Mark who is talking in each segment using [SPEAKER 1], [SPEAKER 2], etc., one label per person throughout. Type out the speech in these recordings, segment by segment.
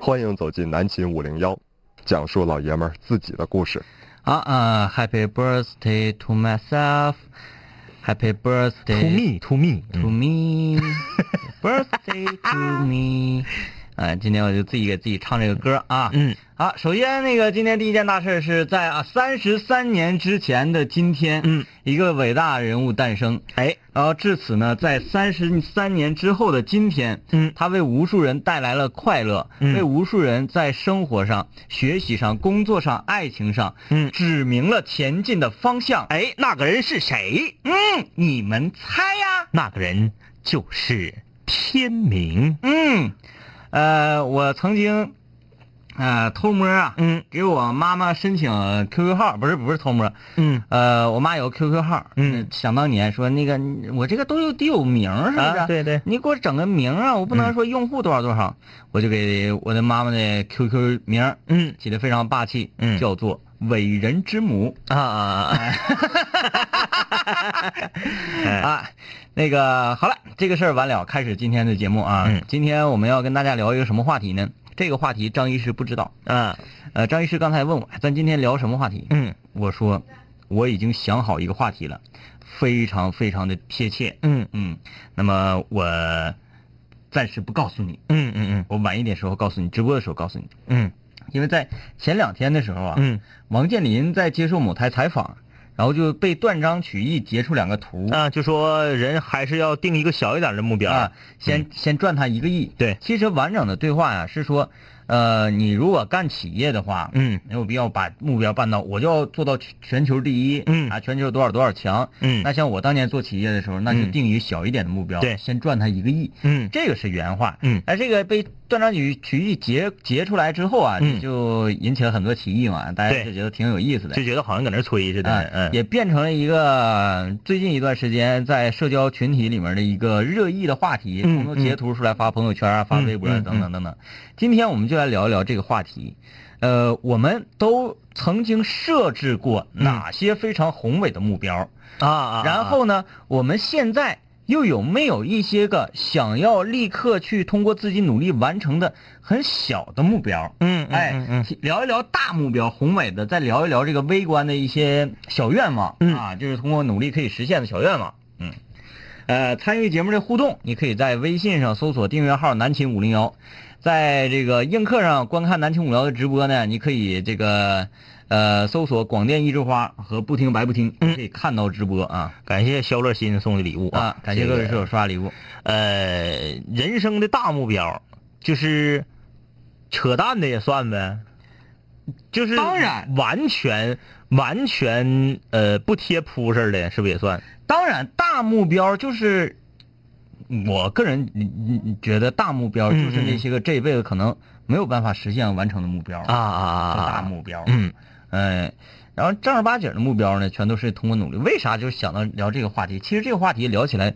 [SPEAKER 1] 欢迎走进南秦五零幺，讲述老爷们儿自己的故事。
[SPEAKER 2] 啊啊，Happy birthday to myself，Happy birthday
[SPEAKER 3] To me, 嗯 to me，
[SPEAKER 2] to me，birthday to me。啊，今天我就自己给自己唱这个歌啊。
[SPEAKER 3] 嗯，
[SPEAKER 2] 好，首先那个今天第一件大事是在啊三十三年之前的今天，
[SPEAKER 3] 嗯，
[SPEAKER 2] 一个伟大人物诞生。
[SPEAKER 3] 哎，
[SPEAKER 2] 然后至此呢，在三十三年之后的今天，
[SPEAKER 3] 嗯
[SPEAKER 2] 他为无数人带来了快乐，
[SPEAKER 3] 嗯
[SPEAKER 2] 为无数人在生活上、学习上、工作上、爱情上，
[SPEAKER 3] 嗯
[SPEAKER 2] 指明了前进的方向。
[SPEAKER 3] 哎，那个人是谁？
[SPEAKER 2] 嗯，你们猜呀、
[SPEAKER 3] 那个人就是天明。
[SPEAKER 2] 嗯，呃，我曾经，呃，偷摸啊，
[SPEAKER 3] 嗯
[SPEAKER 2] 给我妈妈申请 QQ 号，不是不是偷摸，
[SPEAKER 3] 嗯
[SPEAKER 2] 呃，我妈有个 QQ 号，
[SPEAKER 3] 嗯
[SPEAKER 2] 呃，想当年说那个我这个都有得有名儿是不是？
[SPEAKER 3] 啊对嗯对
[SPEAKER 2] 你给我整个名儿啊，我不能说用户多少多少，我就给我的妈妈的 QQ 名儿
[SPEAKER 3] 嗯
[SPEAKER 2] 起的非常霸气，
[SPEAKER 3] 嗯
[SPEAKER 2] 叫做伟人之母
[SPEAKER 3] 啊啊哎
[SPEAKER 2] 啊。那个好了，这个事儿完了，开始今天的节目啊。
[SPEAKER 3] 嗯
[SPEAKER 2] 今天我们要跟大家聊一个什么话题呢？这个话题张医师不知道，
[SPEAKER 3] 啊啊！
[SPEAKER 2] 呃，张医师刚才问我，哎咱今天聊什么话题？
[SPEAKER 3] 嗯
[SPEAKER 2] 我说我已经想好一个话题了，非常非常的贴切。
[SPEAKER 3] 嗯
[SPEAKER 2] 嗯，那么我暂时不告诉你，
[SPEAKER 3] 嗯嗯
[SPEAKER 2] 我晚一点时候告诉你，直播的时候告诉你，
[SPEAKER 3] 嗯
[SPEAKER 2] 因为在前两天的时候啊，
[SPEAKER 3] 嗯
[SPEAKER 2] 王健林在接受某台采访，然后就被断章取义截出两个图
[SPEAKER 3] 嗯啊！就说人还是要定一个小一点的目标。
[SPEAKER 2] 啊，先、先赚他一个亿。
[SPEAKER 3] 嗯对
[SPEAKER 2] 其实完整的对话呀、是说，呃，你如果干企业的话，
[SPEAKER 3] 嗯
[SPEAKER 2] 没有必要把目标办到，我就要做到全全球第一，
[SPEAKER 3] 嗯
[SPEAKER 2] 啊，全球多少多少强。
[SPEAKER 3] 嗯
[SPEAKER 2] 那像我当年做企业的时候，那就
[SPEAKER 3] 嗯
[SPEAKER 2] 定一个小一点的目标，
[SPEAKER 3] 对
[SPEAKER 2] 先赚他一个亿，
[SPEAKER 3] 嗯
[SPEAKER 2] 这个是原话。
[SPEAKER 3] 嗯
[SPEAKER 2] 而这个被断章取取义截截出来之后啊，
[SPEAKER 3] 嗯
[SPEAKER 2] 就引起了很多歧义嘛，大家
[SPEAKER 3] 对
[SPEAKER 2] 就觉得挺有意思的
[SPEAKER 3] 就。觉得好像搁那吹似的。
[SPEAKER 2] 啊，
[SPEAKER 3] 嗯
[SPEAKER 2] 也变成了一个最近一段时间在社交群体里面的一个热议的话题，
[SPEAKER 3] 嗯
[SPEAKER 2] 通过截图出来发朋友圈啊、发微博啊
[SPEAKER 3] 嗯嗯
[SPEAKER 2] 等等等等。今天我们就来聊一聊这个话题。呃，我们都曾经设置过
[SPEAKER 3] 嗯
[SPEAKER 2] 哪些非常宏伟的目标？
[SPEAKER 3] 啊啊！
[SPEAKER 2] 然后呢，我们现在又有没有一些个想要立刻去通过自己努力完成的很小的目标？
[SPEAKER 3] 嗯
[SPEAKER 2] 哎
[SPEAKER 3] 嗯，嗯
[SPEAKER 2] 聊一聊大目标宏伟的，再聊一聊这个微观的一些小愿望、
[SPEAKER 3] 嗯
[SPEAKER 2] 啊，就是通过努力可以实现的小愿望。嗯，呃，参与节目的互动，你可以在微信上搜索订阅号“南秦五零幺”，在这个映客上观看南秦五零幺的直播呢，你可以这个呃搜索“广电一枝花”和“不听白不听”，
[SPEAKER 3] 嗯
[SPEAKER 2] 你可以看到直播啊。
[SPEAKER 3] 感谢肖乐新送的礼物
[SPEAKER 2] 啊，感谢各位室
[SPEAKER 3] 这个
[SPEAKER 2] 友刷礼物。
[SPEAKER 3] 呃，人生的大目标就是扯淡的也算呗，就是
[SPEAKER 2] 当然
[SPEAKER 3] 完全完全呃不贴扑似的，是不是也算？
[SPEAKER 2] 当然，大目标就是，我个人你你你觉得大目
[SPEAKER 3] 嗯
[SPEAKER 2] 标就是那些个这一辈子可能没有办法实现完成的目标
[SPEAKER 3] 啊啊啊！
[SPEAKER 2] 叫
[SPEAKER 3] 啊
[SPEAKER 2] 哦大目标。
[SPEAKER 3] 嗯
[SPEAKER 2] 哎，然后正儿八经的目标呢，全都是通过努力。为啥就想到聊这个话题？其实这个话题聊起来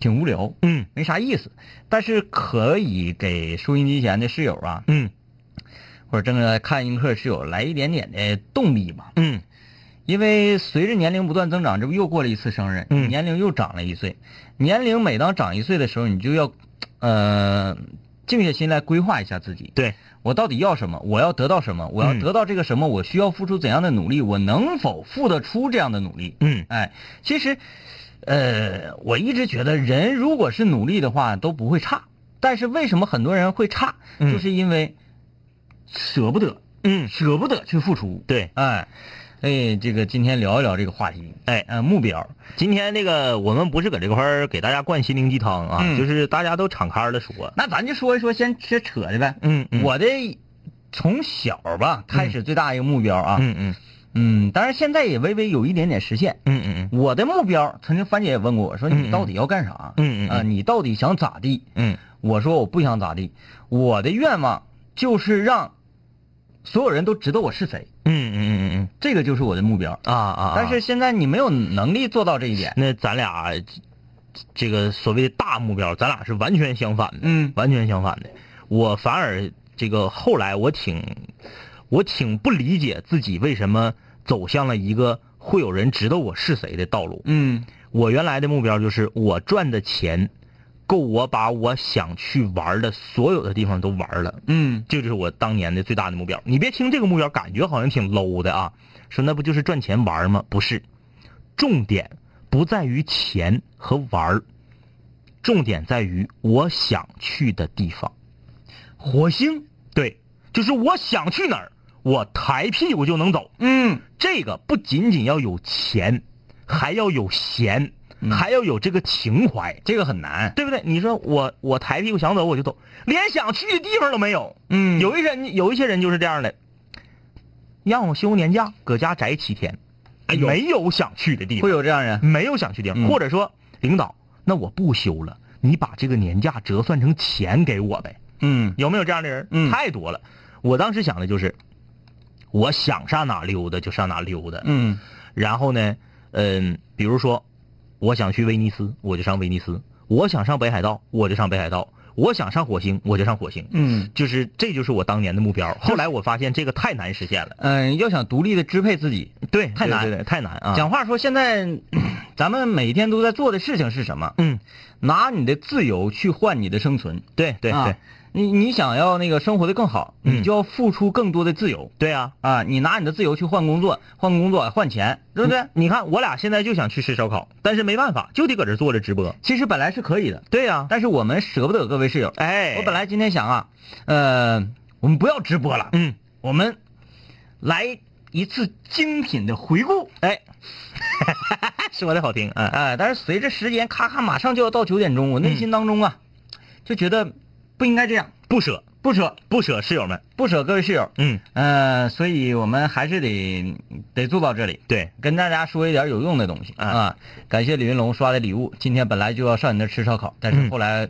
[SPEAKER 2] 挺无聊，
[SPEAKER 3] 嗯
[SPEAKER 2] 没啥意思，但是可以给收音机前的室友啊，
[SPEAKER 3] 嗯
[SPEAKER 2] 或者正在看映客的室友来一点点的动力吧。
[SPEAKER 3] 嗯
[SPEAKER 2] 因为随着年龄不断增长，这不又过了一次生日，
[SPEAKER 3] 嗯
[SPEAKER 2] 年龄又长了一岁。年龄每当长一岁的时候，你就要，呃，静下心来规划一下自己。
[SPEAKER 3] 对，
[SPEAKER 2] 我到底要什么？我要得到什么？我要
[SPEAKER 3] 嗯
[SPEAKER 2] 得到这个什么？我需要付出怎样的努力？我能否付得出这样的努力？
[SPEAKER 3] 嗯
[SPEAKER 2] 哎，其实，呃，我一直觉得人如果是努力的话都不会差，但是为什么很多人会差？
[SPEAKER 3] 嗯
[SPEAKER 2] 就是因为舍不得，
[SPEAKER 3] 嗯，
[SPEAKER 2] 舍不得去付出。
[SPEAKER 3] 对。
[SPEAKER 2] 哎，哎，这个今天聊一聊这个话题。
[SPEAKER 3] 哎
[SPEAKER 2] 呃，目标，
[SPEAKER 3] 今天这个我们不是搁这块儿给大家灌心灵鸡汤啊，
[SPEAKER 2] 嗯
[SPEAKER 3] 就是大家都敞开的说。
[SPEAKER 2] 那咱就说一说，先先扯的呗。
[SPEAKER 3] 嗯嗯
[SPEAKER 2] 我的从小吧开始最大一个目标啊，
[SPEAKER 3] 嗯嗯
[SPEAKER 2] 嗯当然现在也微微有一点点实现。
[SPEAKER 3] 嗯嗯嗯
[SPEAKER 2] 我的目标，曾经帆姐也问过我说：“
[SPEAKER 3] 嗯
[SPEAKER 2] 你到底要干啥？
[SPEAKER 3] 嗯嗯嗯
[SPEAKER 2] 啊，你到底想咋地？”
[SPEAKER 3] 嗯
[SPEAKER 2] 我说：“我不想咋地，我的愿望就是让所有人都知道我是谁，
[SPEAKER 3] 嗯嗯嗯嗯
[SPEAKER 2] 这个就是我的目标。
[SPEAKER 3] 啊啊！
[SPEAKER 2] 但是现在你没有能力做到这一点，
[SPEAKER 3] 那咱俩这这个所谓的大目标，咱俩是完全相反的，
[SPEAKER 2] 嗯
[SPEAKER 3] 完全相反的。我反而这个后来我挺我挺不理解自己为什么走向了一个会有人知道我是谁的道路。
[SPEAKER 2] 嗯
[SPEAKER 3] 我原来的目标就是我赚的钱够我把我想去玩的所有的地方都玩了。
[SPEAKER 2] 嗯
[SPEAKER 3] 这就是我当年的最大的目标。你别听这个目标感觉好像挺 low 的啊，说那不就是赚钱玩吗？不是，重点不在于钱和玩儿，重点在于我想去的地方。火星，对，就是我想去哪儿，我抬屁股就能走。
[SPEAKER 2] 嗯
[SPEAKER 3] 这个不仅仅要有钱，还要有闲，还要有这个情怀，这个很难，对不对？你说我我抬屁股想走我就走，连想去的地方都没有。
[SPEAKER 2] 嗯
[SPEAKER 3] 有一些人有一些人就是这样的，让我休年假，搁家宅七天，
[SPEAKER 2] 哎呦
[SPEAKER 3] 没有想去的地
[SPEAKER 2] 会
[SPEAKER 3] 方，
[SPEAKER 2] 有这样人，
[SPEAKER 3] 没有想去的地方，
[SPEAKER 2] 嗯
[SPEAKER 3] 或者说领导，那我不休了，你把这个年假折算成钱给我呗。
[SPEAKER 2] 嗯
[SPEAKER 3] 有没有这样的人？
[SPEAKER 2] 嗯
[SPEAKER 3] 太多了。我当时想的就是，我想上哪溜达就上哪溜达。
[SPEAKER 2] 嗯
[SPEAKER 3] 然后呢，嗯，比如说，我想去威尼斯，我就上威尼斯；我想上北海道，我就上北海道；我想上火星，我就上火星。
[SPEAKER 2] 嗯
[SPEAKER 3] 就是这就是我当年的目标。后来我发现这个太难实现了，
[SPEAKER 2] 嗯，要想独立的支配自己，
[SPEAKER 3] 对，太
[SPEAKER 2] 对
[SPEAKER 3] 难，
[SPEAKER 2] 对对
[SPEAKER 3] 太难啊！
[SPEAKER 2] 讲话说，现在咱们每天都在做的事情是什么？
[SPEAKER 3] 嗯，
[SPEAKER 2] 拿你的自由去换你的生存。
[SPEAKER 3] 对对
[SPEAKER 2] 啊
[SPEAKER 3] 对
[SPEAKER 2] 你你想要那个生活的更好，
[SPEAKER 3] 嗯
[SPEAKER 2] 你就要付出更多的自由
[SPEAKER 3] 对啊！
[SPEAKER 2] 啊！你拿你的自由去换工作，换工作换钱，对不对？
[SPEAKER 3] 你看我俩现在就想去吃烧烤，但是没办法，就得搁这坐着直播。
[SPEAKER 2] 其实本来是可以的，
[SPEAKER 3] 对呀、
[SPEAKER 2] 但是我们舍不得各位室友。
[SPEAKER 3] 啊哎，
[SPEAKER 2] 我本来今天想啊，呃，我们不要直播了，
[SPEAKER 3] 嗯，
[SPEAKER 2] 我们来一次精品的回顾。
[SPEAKER 3] 哎，说的好听啊，
[SPEAKER 2] 哎，但是随着时间咔咔马上就要到九点钟，我内
[SPEAKER 3] 嗯
[SPEAKER 2] 心当中啊、就觉得不应该这样，
[SPEAKER 3] 不舍
[SPEAKER 2] 不舍
[SPEAKER 3] 不舍，室友们，
[SPEAKER 2] 不舍各位室友，
[SPEAKER 3] 嗯，
[SPEAKER 2] 呃，所以我们还是得得做到这里，
[SPEAKER 3] 对，
[SPEAKER 2] 跟大家说一点有用的东西
[SPEAKER 3] 啊
[SPEAKER 2] 啊。感谢李云龙刷的礼物，今天本来就要上你那儿吃烧烤，但是
[SPEAKER 3] 嗯
[SPEAKER 2] 后来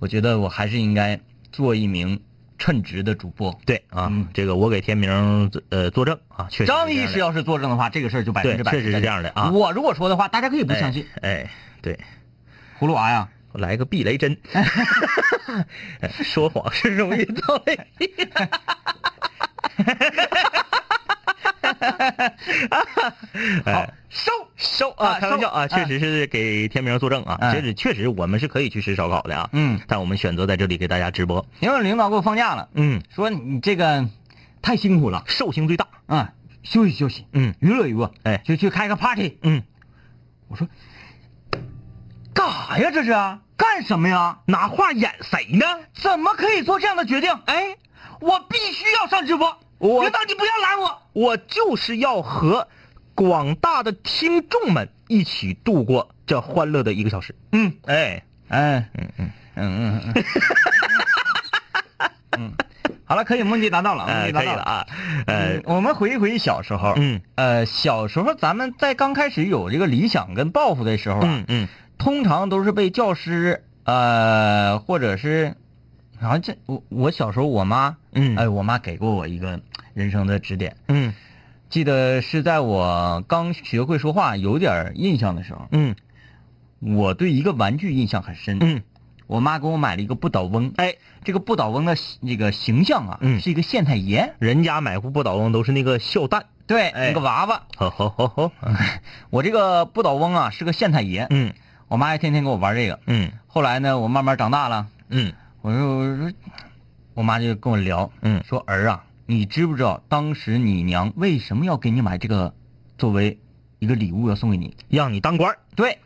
[SPEAKER 2] 我觉得我还是应该做一名称职的主播。
[SPEAKER 3] 对啊，
[SPEAKER 2] 嗯
[SPEAKER 3] 这个我给天明呃作证啊，确实是这样
[SPEAKER 2] 张
[SPEAKER 3] 的
[SPEAKER 2] 医师要是作证的话，这个事儿就百分
[SPEAKER 3] 对
[SPEAKER 2] 之百
[SPEAKER 3] 确实是
[SPEAKER 2] 真
[SPEAKER 3] 这样的啊
[SPEAKER 2] 我如果说的话，大家可以不相信。
[SPEAKER 3] 哎，哎对，
[SPEAKER 2] 葫芦娃呀，
[SPEAKER 3] 我来个避 雷针， 哎说谎是容易的。
[SPEAKER 2] 到位。好
[SPEAKER 3] 哎，
[SPEAKER 2] 收收
[SPEAKER 3] 啊，开玩笑啊，
[SPEAKER 2] 收
[SPEAKER 3] 确实是给天明作证啊，
[SPEAKER 2] 哎
[SPEAKER 3] 这是确实我们是可以去吃烧烤的啊，
[SPEAKER 2] 嗯，
[SPEAKER 3] 但我们选择在这里给大家直播，
[SPEAKER 2] 因为领导给我放假了，
[SPEAKER 3] 嗯，
[SPEAKER 2] 说你这个太辛苦了，
[SPEAKER 3] 寿星最大，
[SPEAKER 2] 啊，休息休息，
[SPEAKER 3] 嗯
[SPEAKER 2] 娱乐娱乐，
[SPEAKER 3] 哎
[SPEAKER 2] 就去开个 party。
[SPEAKER 3] 嗯，
[SPEAKER 2] 我说，干啥呀？这是啊干什么呀？
[SPEAKER 3] 拿话演谁呢？
[SPEAKER 2] 怎么可以做这样的决定？哎，我必须要上直播，
[SPEAKER 3] 我
[SPEAKER 2] 领导你不要拦我。
[SPEAKER 3] 我就是要和广大的听众们一起度过这欢乐的一个小时，
[SPEAKER 2] 嗯，
[SPEAKER 3] 哎，
[SPEAKER 2] 哎，嗯嗯嗯嗯嗯，嗯， 好了，可以，目的达到了，目的
[SPEAKER 3] 哎可
[SPEAKER 2] 达
[SPEAKER 3] 以
[SPEAKER 2] 到
[SPEAKER 3] 了
[SPEAKER 2] 了。
[SPEAKER 3] 啊，呃
[SPEAKER 2] 呃，，我们回忆回忆小时候，
[SPEAKER 3] 嗯
[SPEAKER 2] 呃，小时候咱们在刚开始有这个理想跟抱负的时候啊，
[SPEAKER 3] 嗯嗯，
[SPEAKER 2] 通常都是被教师呃，或者是，好像这我我小时候我妈，
[SPEAKER 3] 嗯
[SPEAKER 2] 哎，我妈给过我一个人生的指点，
[SPEAKER 3] 嗯
[SPEAKER 2] 记得是在我刚学会说话有点印象的时候，
[SPEAKER 3] 嗯
[SPEAKER 2] 我对一个玩具印象很深，
[SPEAKER 3] 嗯，
[SPEAKER 2] 我妈给我买了一个不倒翁，
[SPEAKER 3] 哎，
[SPEAKER 2] 这个不倒翁的形那个形象啊，
[SPEAKER 3] 嗯
[SPEAKER 2] 是一个县太爷，
[SPEAKER 3] 人家买户不倒翁都是那个笑蛋，
[SPEAKER 2] 对，
[SPEAKER 3] 哎
[SPEAKER 2] 那个娃娃，
[SPEAKER 3] 好好好好，
[SPEAKER 2] 我这个不倒翁啊是个县太爷，
[SPEAKER 3] 嗯
[SPEAKER 2] 我妈还天天给我玩这个，
[SPEAKER 3] 嗯
[SPEAKER 2] 后来呢，我慢慢长大了。
[SPEAKER 3] 嗯
[SPEAKER 2] 我说我说，我妈就跟我聊，
[SPEAKER 3] 嗯
[SPEAKER 2] 说儿啊，你知不知道当时你娘为什么要给你买这个作为一个礼物要送给你？
[SPEAKER 3] 让你当官儿
[SPEAKER 2] 对，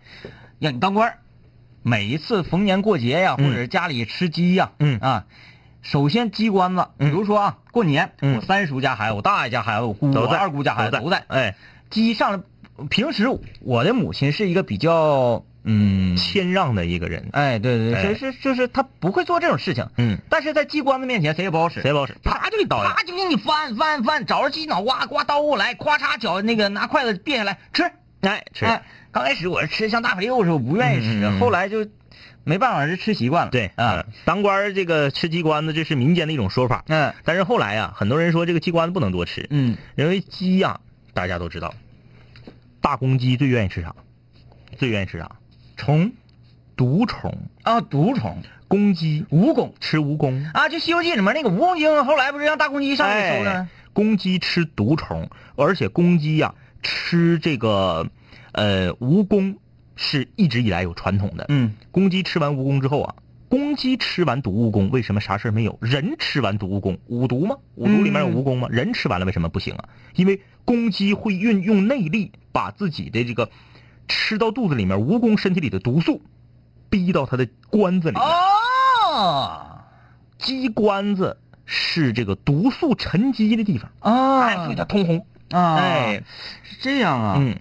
[SPEAKER 2] 让你当官儿每一次逢年过节呀，或
[SPEAKER 3] 嗯
[SPEAKER 2] 者是家里吃鸡呀，
[SPEAKER 3] 嗯
[SPEAKER 2] 啊，首先鸡冠子，比
[SPEAKER 3] 嗯
[SPEAKER 2] 如说啊，过年
[SPEAKER 3] 嗯
[SPEAKER 2] 我三叔家孩子，我大爷家孩子，我姑
[SPEAKER 3] 都
[SPEAKER 2] 我
[SPEAKER 3] 在
[SPEAKER 2] 二姑家孩子
[SPEAKER 3] 都在
[SPEAKER 2] 都在，
[SPEAKER 3] 哎，
[SPEAKER 2] 鸡上来。平时我的母亲是一个比较嗯，
[SPEAKER 3] 谦让的一个人，
[SPEAKER 2] 哎，对对，
[SPEAKER 3] 哎
[SPEAKER 2] 对，是是就是她不会做这种事情，
[SPEAKER 3] 嗯，
[SPEAKER 2] 但是在鸡冠子面前，谁也不好使，
[SPEAKER 3] 谁不好使，啪就给倒下
[SPEAKER 2] 啪，就给你翻翻翻，找着鸡脑瓜，刮刀过来，咵嚓脚那个拿筷子别下来吃
[SPEAKER 3] 哎，吃，
[SPEAKER 2] 哎刚开始我是吃像大肥肉似的，我不愿意吃，
[SPEAKER 3] 嗯嗯嗯
[SPEAKER 2] 后来就没办法，是吃习惯了。
[SPEAKER 3] 对呃
[SPEAKER 2] 啊，，
[SPEAKER 3] 当官儿这个吃鸡冠子，这是民间的一种说法，
[SPEAKER 2] 嗯
[SPEAKER 3] 但是后来呀，很多人说这个鸡冠子不能多吃，
[SPEAKER 2] 嗯，
[SPEAKER 3] 因为鸡呀，大家都知道，大公鸡最愿意吃啥？最愿意吃啥？虫，毒虫，
[SPEAKER 2] 啊，毒虫
[SPEAKER 3] 公鸡
[SPEAKER 2] 蜈蚣
[SPEAKER 3] 吃蜈蚣，
[SPEAKER 2] 啊，就《西游记》里面那个蜈蚣精，后来不是让大公鸡上去收
[SPEAKER 3] 哎
[SPEAKER 2] 的？
[SPEAKER 3] 公鸡吃啊毒虫，而且公鸡呀、吃这个呃蜈蚣是一直以来有传统的。
[SPEAKER 2] 嗯
[SPEAKER 3] 公鸡吃完蜈蚣之后啊，公鸡吃完毒蜈蚣，为什么啥事儿没有？人吃完毒蜈蚣，五毒吗？五毒里面有
[SPEAKER 2] 嗯
[SPEAKER 3] 蜈蚣吗？人吃完了为什么不行啊？因为公鸡会运用内力，把自己的这个吃到肚子里面蜈蚣身体里的毒素，逼到它的关子里
[SPEAKER 2] 哦
[SPEAKER 3] 面。
[SPEAKER 2] 啊
[SPEAKER 3] 鸡关子是这个毒素沉积的地方，哎，
[SPEAKER 2] 啊
[SPEAKER 3] 所以它通红。
[SPEAKER 2] 啊
[SPEAKER 3] 哎，
[SPEAKER 2] 是这样啊，
[SPEAKER 3] 嗯，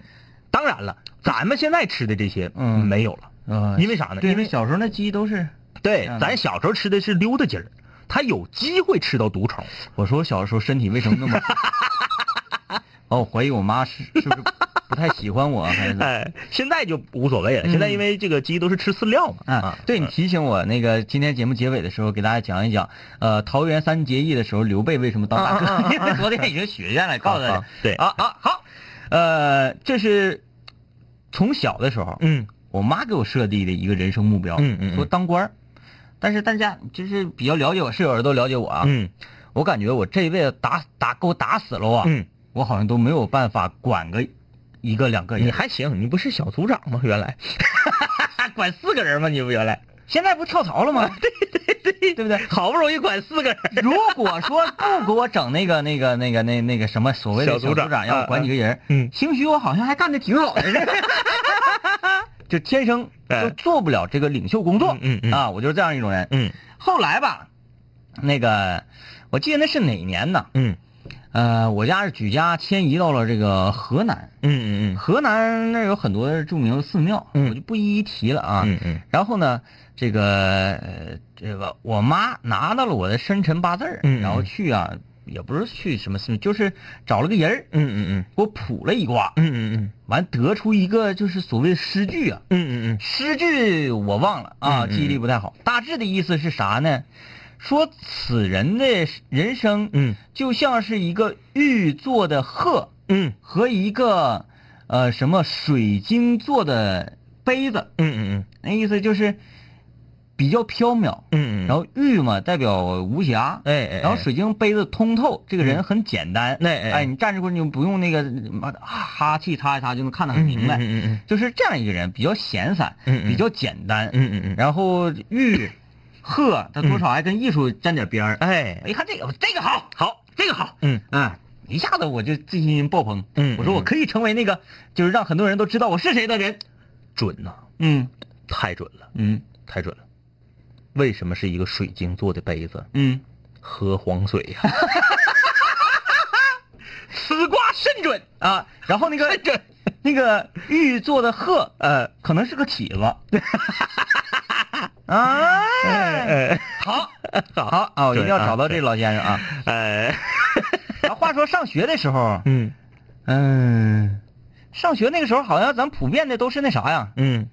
[SPEAKER 3] 当然了，咱们现在吃的这些
[SPEAKER 2] 嗯
[SPEAKER 3] 没有了，
[SPEAKER 2] 啊
[SPEAKER 3] 因为啥呢？
[SPEAKER 2] 对，
[SPEAKER 3] 因
[SPEAKER 2] 因为
[SPEAKER 3] 为
[SPEAKER 2] 小时候那鸡都是，
[SPEAKER 3] 对
[SPEAKER 2] 嗯，
[SPEAKER 3] 咱小时候吃的是溜达鸡儿，它有机会吃到毒虫。
[SPEAKER 2] 我说我小时候身体为什么那 么好，哦，我怀疑我妈是是不是不太喜欢我啊还是怎 么？
[SPEAKER 3] 哎，现在就无所谓了。
[SPEAKER 2] 嗯
[SPEAKER 3] 现在因为这个鸡都是吃饲料嘛，
[SPEAKER 2] 啊，对你提醒我那个今天节目结尾的时候，给大家讲一讲，呃，桃园三结义的时候，刘备为什么当大
[SPEAKER 3] 啊啊啊啊
[SPEAKER 2] 哥？因 为昨天已经学下来，告诉大家
[SPEAKER 3] 啊。对
[SPEAKER 2] 啊啊好，呃，这是从小的时候，
[SPEAKER 3] 嗯
[SPEAKER 2] 我妈给我设定的一个人生目标，
[SPEAKER 3] 嗯嗯嗯
[SPEAKER 2] 说当官儿。但是大家就是比较了解我室友的都了解我啊，
[SPEAKER 3] 嗯
[SPEAKER 2] 我感觉我这一辈子打打给我打死了啊，
[SPEAKER 3] 嗯，
[SPEAKER 2] 我好像都没有办法管个一个两个人
[SPEAKER 3] 你，还行，你不是小组长吗？原来管四个人吗？你不原来
[SPEAKER 2] 现在不跳槽了吗？ 对对对，对不对？
[SPEAKER 3] 好不容易管四个人，
[SPEAKER 2] 如果说不给我整那个、那个、那个、那那个什么所谓的
[SPEAKER 3] 小组
[SPEAKER 2] 组
[SPEAKER 3] 长
[SPEAKER 2] 长，让我管几个人，
[SPEAKER 3] 嗯
[SPEAKER 2] 兴许我好像还干的挺好的， 就天生就
[SPEAKER 3] 哎
[SPEAKER 2] 做不了这个领袖工作，
[SPEAKER 3] 嗯嗯嗯
[SPEAKER 2] 啊，我就是这样一种人。
[SPEAKER 3] 嗯
[SPEAKER 2] 后来吧，那个我记得那是哪年呢？
[SPEAKER 3] 嗯
[SPEAKER 2] 呃，我家是举家迁移到了这个河南，
[SPEAKER 3] 嗯嗯
[SPEAKER 2] 河南那儿有很多著名的寺庙，
[SPEAKER 3] 嗯
[SPEAKER 2] 我就不一一提了啊。
[SPEAKER 3] 嗯嗯
[SPEAKER 2] 然后呢，这个呃这个我妈拿到了我的生辰八字儿
[SPEAKER 3] 嗯嗯
[SPEAKER 2] 然后去啊，也不是去什么寺庙，就是找了个人儿
[SPEAKER 3] 嗯嗯
[SPEAKER 2] 给我卜了一卦
[SPEAKER 3] 嗯，嗯
[SPEAKER 2] 完得出一个就是所谓的诗句啊，
[SPEAKER 3] 嗯嗯
[SPEAKER 2] 诗句我忘了啊，
[SPEAKER 3] 嗯嗯
[SPEAKER 2] 记忆力不太好。大致的意思是啥呢？说此人的人生，
[SPEAKER 3] 嗯，
[SPEAKER 2] 就像是一个玉做的鹤
[SPEAKER 3] 嗯
[SPEAKER 2] 和一个呃什么水晶做的杯子，
[SPEAKER 3] 嗯嗯
[SPEAKER 2] 那意思就是比较缥缈。
[SPEAKER 3] 嗯
[SPEAKER 2] 然后玉嘛代表无瑕，
[SPEAKER 3] 哎哎，
[SPEAKER 2] 然后水晶杯子通透，这个人很简单。
[SPEAKER 3] 哎哎
[SPEAKER 2] 哎，你站着过去你就不用那个妈的啊哈气擦一擦就能看得很明白，
[SPEAKER 3] 嗯嗯
[SPEAKER 2] 就是这样一个人比较闲散，
[SPEAKER 3] 嗯嗯
[SPEAKER 2] 比较简单。
[SPEAKER 3] 嗯嗯嗯，
[SPEAKER 2] 然后玉、鹤，它多少还跟艺术沾点边儿。
[SPEAKER 3] 哎
[SPEAKER 2] 我一看这个，这个好，好，这个好，
[SPEAKER 3] 嗯
[SPEAKER 2] 啊，一下子我就自信心爆棚。
[SPEAKER 3] 嗯
[SPEAKER 2] 我说我可以成为那个，就是让很多人都知道我是谁的人。
[SPEAKER 3] 准呐、
[SPEAKER 2] 嗯
[SPEAKER 3] 太准了，
[SPEAKER 2] 嗯
[SPEAKER 3] 太准了。为什么是一个水晶做的杯子？
[SPEAKER 2] 嗯，
[SPEAKER 3] 喝黄水呀、
[SPEAKER 2] 此卦甚准啊。然后那 个那个玉做的鹤，呃，可能是个起子。啊，好， 好啊！我一定要找到这老先生啊。
[SPEAKER 3] 哎，
[SPEAKER 2] 然后话说上学的时候，
[SPEAKER 3] 嗯
[SPEAKER 2] 嗯，上学那个时候好像咱普遍的都是那啥呀，
[SPEAKER 3] 嗯，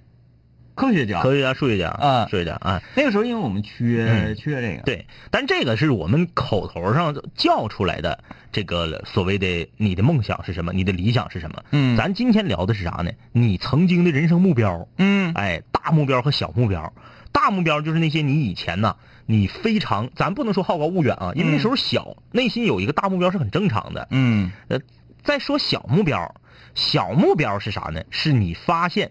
[SPEAKER 2] 科学家。
[SPEAKER 3] 科学家、数学家
[SPEAKER 2] 啊
[SPEAKER 3] 数学家啊，
[SPEAKER 2] 那个时候因为我们缺、
[SPEAKER 3] 嗯
[SPEAKER 2] 缺这个，
[SPEAKER 3] 对。但这个是我们口头上叫出来的，这个所谓的你的梦想是什么，你的理想是什么？
[SPEAKER 2] 嗯
[SPEAKER 3] 咱今天聊的是啥呢？你曾经的人生目标，
[SPEAKER 2] 嗯
[SPEAKER 3] 哎，大目标和小目标。大目标就是那些你以前呐，你非常，咱不能说好高骛远啊，因为那时候小，内心有一个大目标是很正常的。
[SPEAKER 2] 嗯
[SPEAKER 3] 呃，再说小目标，小目标是啥呢？是你发现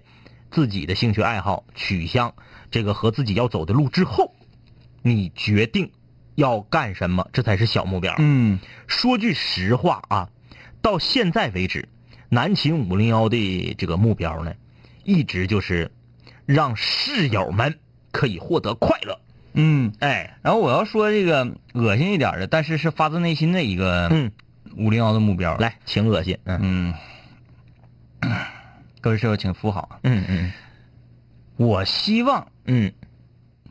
[SPEAKER 3] 自己的兴趣爱好取向，这个和自己要走的路之后，你决定要干什么，这才是小目标。
[SPEAKER 2] 嗯
[SPEAKER 3] 说句实话啊，到现在为止，南秦五零幺的这个目标呢，一直就是让室友们可以获得快乐。
[SPEAKER 2] 嗯。
[SPEAKER 3] 哎，
[SPEAKER 2] 然后我要说这个恶心一点的，但是是发自内心的一个
[SPEAKER 3] 嗯，
[SPEAKER 2] 五零幺的目标。，
[SPEAKER 3] 来，请恶心。嗯
[SPEAKER 2] 嗯， 各位室友请扶好啊！
[SPEAKER 3] 嗯嗯
[SPEAKER 2] 我希望
[SPEAKER 3] 嗯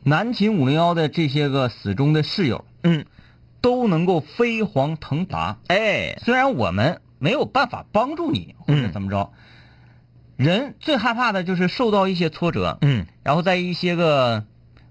[SPEAKER 2] 南秦五零幺的这些个死忠的室友
[SPEAKER 3] 嗯，
[SPEAKER 2] 都能够飞黄腾达。
[SPEAKER 3] 哎，
[SPEAKER 2] 虽然我们没有办法帮助你或者怎么着，人最害怕的就是受到一些挫折，
[SPEAKER 3] 嗯
[SPEAKER 2] 然后在一些个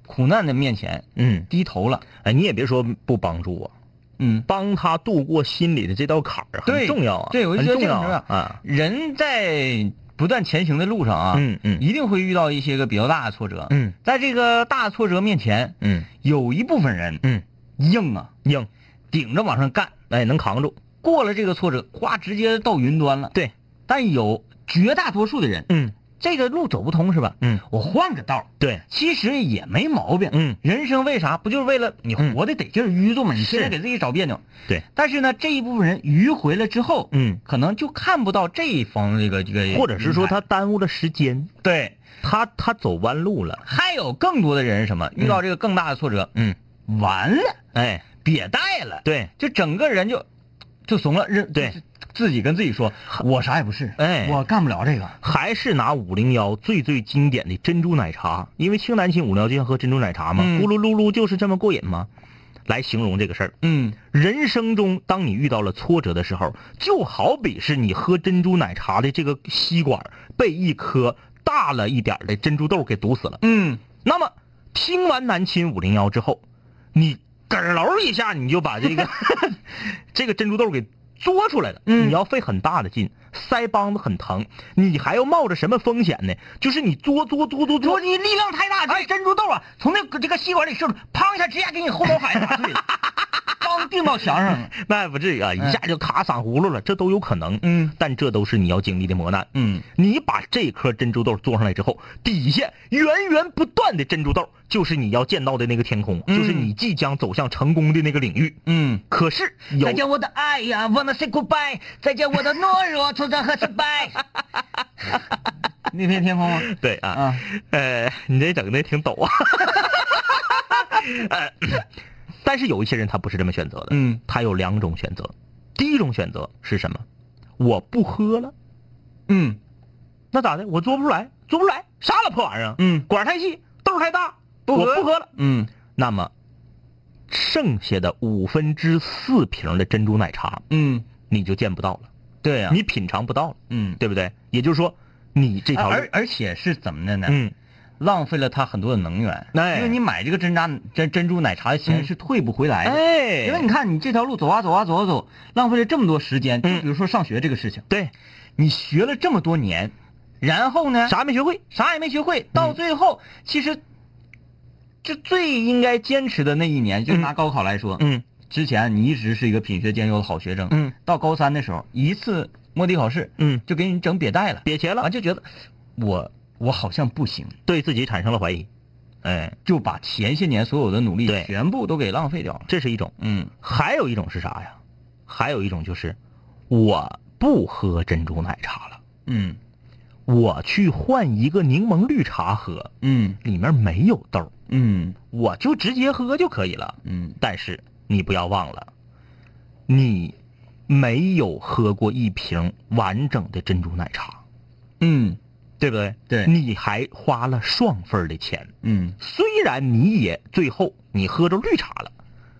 [SPEAKER 2] 苦难的面前
[SPEAKER 3] 嗯，
[SPEAKER 2] 低头了。
[SPEAKER 3] 哎，你也别说不帮助我，
[SPEAKER 2] 嗯，
[SPEAKER 3] 帮他度过心里的这道坎儿
[SPEAKER 2] 对
[SPEAKER 3] 很重要啊，
[SPEAKER 2] 对我就
[SPEAKER 3] 很
[SPEAKER 2] 觉得这
[SPEAKER 3] 重
[SPEAKER 2] 个
[SPEAKER 3] 要
[SPEAKER 2] 很重要
[SPEAKER 3] 啊。
[SPEAKER 2] 人在不断前行的路上啊，
[SPEAKER 3] 嗯嗯
[SPEAKER 2] 一定会遇到一些个比较大的挫折。
[SPEAKER 3] 嗯
[SPEAKER 2] 在这个大挫折面前，
[SPEAKER 3] 嗯
[SPEAKER 2] 有一部分人
[SPEAKER 3] 嗯，
[SPEAKER 2] 硬啊，
[SPEAKER 3] 硬，
[SPEAKER 2] 顶着往上干，
[SPEAKER 3] 哎，能扛住。
[SPEAKER 2] 过了这个挫折，咵直接到云端了。
[SPEAKER 3] 对，
[SPEAKER 2] 但有绝大多数的人
[SPEAKER 3] 嗯
[SPEAKER 2] 这个路走不通是吧？
[SPEAKER 3] 嗯，
[SPEAKER 2] 我换个道儿
[SPEAKER 3] 对，
[SPEAKER 2] 其实也没毛病。
[SPEAKER 3] 嗯，
[SPEAKER 2] 人生为啥不就是为了你活得得劲儿淤着吗？你现在
[SPEAKER 3] 是
[SPEAKER 2] 给自己找别扭。
[SPEAKER 3] 对，
[SPEAKER 2] 但是呢，这一部分人迂回了之后，
[SPEAKER 3] 嗯，
[SPEAKER 2] 可能就看不到这一方这个这个，
[SPEAKER 3] 或者是说他耽误了时间，
[SPEAKER 2] 对，
[SPEAKER 3] 他他走弯路了，
[SPEAKER 2] 还有更多的人是什么遇到这个更大的挫折，
[SPEAKER 3] 嗯，
[SPEAKER 2] 完了，
[SPEAKER 3] 哎，
[SPEAKER 2] 瘪带了，
[SPEAKER 3] 对，
[SPEAKER 2] 就整个人就就怂了，认
[SPEAKER 3] 对
[SPEAKER 2] 自自己跟自己说，我啥也不是，
[SPEAKER 3] 哎
[SPEAKER 2] 我干不了这个，
[SPEAKER 3] 还是拿五零幺最最经典的珍珠奶茶，因为清南青五零幺就像喝珍珠奶茶嘛，
[SPEAKER 2] 嗯
[SPEAKER 3] 咕噜噜噜就是这么过瘾嘛，来形容这个事儿。
[SPEAKER 2] 嗯，
[SPEAKER 3] 人生中，当你遇到了挫折的时候，就好比是你喝珍珠奶茶的这个吸管被一颗大了一点儿的珍珠豆给堵死了。
[SPEAKER 2] 嗯，
[SPEAKER 3] 那么，听完南秦五零幺之后，你咯楼一下，你就把这个 这个珍珠豆给嘬出来了。
[SPEAKER 2] 嗯
[SPEAKER 3] 你要费很大的劲，腮帮子很疼，你还要冒着什么风险呢？就是你嘬嘬嘬哎嘬
[SPEAKER 2] 说
[SPEAKER 3] 嘬，
[SPEAKER 2] 你力量太大，这珍珠豆啊，从那个这个吸管里射出，砰一下直接给你后脑海砸碎了，当钉到墙上了，
[SPEAKER 3] 那不至于啊，一
[SPEAKER 2] 嗯
[SPEAKER 3] 下就卡嗓葫芦了，这都有可能。
[SPEAKER 2] 嗯
[SPEAKER 3] 但这都是你要经历的磨难。
[SPEAKER 2] 嗯，
[SPEAKER 3] 你把这颗珍珠豆做上来之后，底下源源不断的珍珠豆，就是你要见到的那个天空，
[SPEAKER 2] 嗯
[SPEAKER 3] 就是你即将走向成功的那个领域。
[SPEAKER 2] 嗯。
[SPEAKER 3] 可是有
[SPEAKER 2] 再见我的爱呀，wanna say goodbye，再见我的懦弱、挫折和失败。那片天空吗？
[SPEAKER 3] 对啊，
[SPEAKER 2] 啊，
[SPEAKER 3] 呃，你这整的挺抖啊。 呃，但是有一些人他不是这么选择的，
[SPEAKER 2] 嗯
[SPEAKER 3] 他有两种选择。第一种选择是什么？我不喝了，
[SPEAKER 2] 嗯
[SPEAKER 3] 那咋的？我做不出来，做不出来，啥了破玩意儿？啊
[SPEAKER 2] 嗯
[SPEAKER 3] 管儿太细，豆儿太大，
[SPEAKER 2] 不
[SPEAKER 3] 我
[SPEAKER 2] 喝
[SPEAKER 3] 不喝了。
[SPEAKER 2] 嗯
[SPEAKER 3] 那么，剩下的五分之四瓶的珍珠奶茶
[SPEAKER 2] 嗯，
[SPEAKER 3] 你就见不到了，
[SPEAKER 2] 对哎呀、
[SPEAKER 3] 你品尝不到了，
[SPEAKER 2] 嗯，
[SPEAKER 3] 对不对？也就是说，你这条路
[SPEAKER 2] 啊而，而且是怎么的呢？
[SPEAKER 3] 嗯，
[SPEAKER 2] 浪费了他很多的能源，
[SPEAKER 3] 哎
[SPEAKER 2] 因为你买这个珍渣珍珍珠奶茶的钱
[SPEAKER 3] 嗯
[SPEAKER 2] 是退不回来的。
[SPEAKER 3] 哎
[SPEAKER 2] 因为你看，你这条路走啊走啊走啊走，浪费了这么多时间。就
[SPEAKER 3] 嗯
[SPEAKER 2] 比如说上学这个事情，
[SPEAKER 3] 对，
[SPEAKER 2] 你学了这么多年，然后呢，
[SPEAKER 3] 啥没学会，
[SPEAKER 2] 啥也没学会，
[SPEAKER 3] 嗯
[SPEAKER 2] 到最后、其实，这最应该坚持的那一年，就拿高考来说，
[SPEAKER 3] 嗯
[SPEAKER 2] 之前你一直是一个品学兼优的好学生，
[SPEAKER 3] 嗯，
[SPEAKER 2] 到高三的时候，一次摸底考试，
[SPEAKER 3] 嗯，
[SPEAKER 2] 就给你整瘪带了，
[SPEAKER 3] 瘪茄
[SPEAKER 2] 完、
[SPEAKER 3] 了，
[SPEAKER 2] 就觉得我我好像不行，
[SPEAKER 3] 对自己产生了怀疑，哎，
[SPEAKER 2] 就把前些年所有的努力
[SPEAKER 3] 对
[SPEAKER 2] 全部都给浪费掉了。
[SPEAKER 3] 这是一种。
[SPEAKER 2] 嗯
[SPEAKER 3] 还有一种是啥呀？还有一种就是，我不喝珍珠奶茶了，
[SPEAKER 2] 嗯
[SPEAKER 3] 我去换一个柠檬绿茶喝，
[SPEAKER 2] 嗯
[SPEAKER 3] 里面没有豆儿，
[SPEAKER 2] 嗯
[SPEAKER 3] 我就直接喝就可以了。
[SPEAKER 2] 嗯
[SPEAKER 3] 但是你不要忘了，你没有喝过一瓶完整的珍珠奶茶，
[SPEAKER 2] 嗯
[SPEAKER 3] 对不对？
[SPEAKER 2] 对
[SPEAKER 3] 你还花了双份儿的钱。
[SPEAKER 2] 嗯
[SPEAKER 3] 虽然你也最后你喝着绿茶了，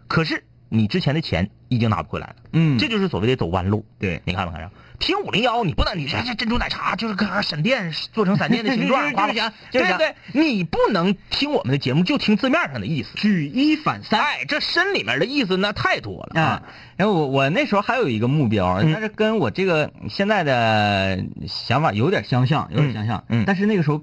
[SPEAKER 3] 可是你之前的钱已经拿不回来了。
[SPEAKER 2] 嗯，
[SPEAKER 3] 这就是所谓的走弯路。
[SPEAKER 2] 对
[SPEAKER 3] 你看没看着？听五零幺，你不能你这这珍珠奶茶就是个闪电做成闪电的形
[SPEAKER 2] 就是
[SPEAKER 3] 状，
[SPEAKER 2] 就是
[SPEAKER 3] 哗哗
[SPEAKER 2] 想就是
[SPEAKER 3] 对不
[SPEAKER 2] 想
[SPEAKER 3] 对？你不能听我们的节目就听字面上的意思，
[SPEAKER 2] 举一反三。
[SPEAKER 3] 哎，这深里面的意思那太多了
[SPEAKER 2] 啊，然后我我那时候还有一个目标，啊
[SPEAKER 3] 嗯
[SPEAKER 2] 但是跟我这个现在的想法有点相像，有点相像，
[SPEAKER 3] 嗯嗯
[SPEAKER 2] 但是那个时候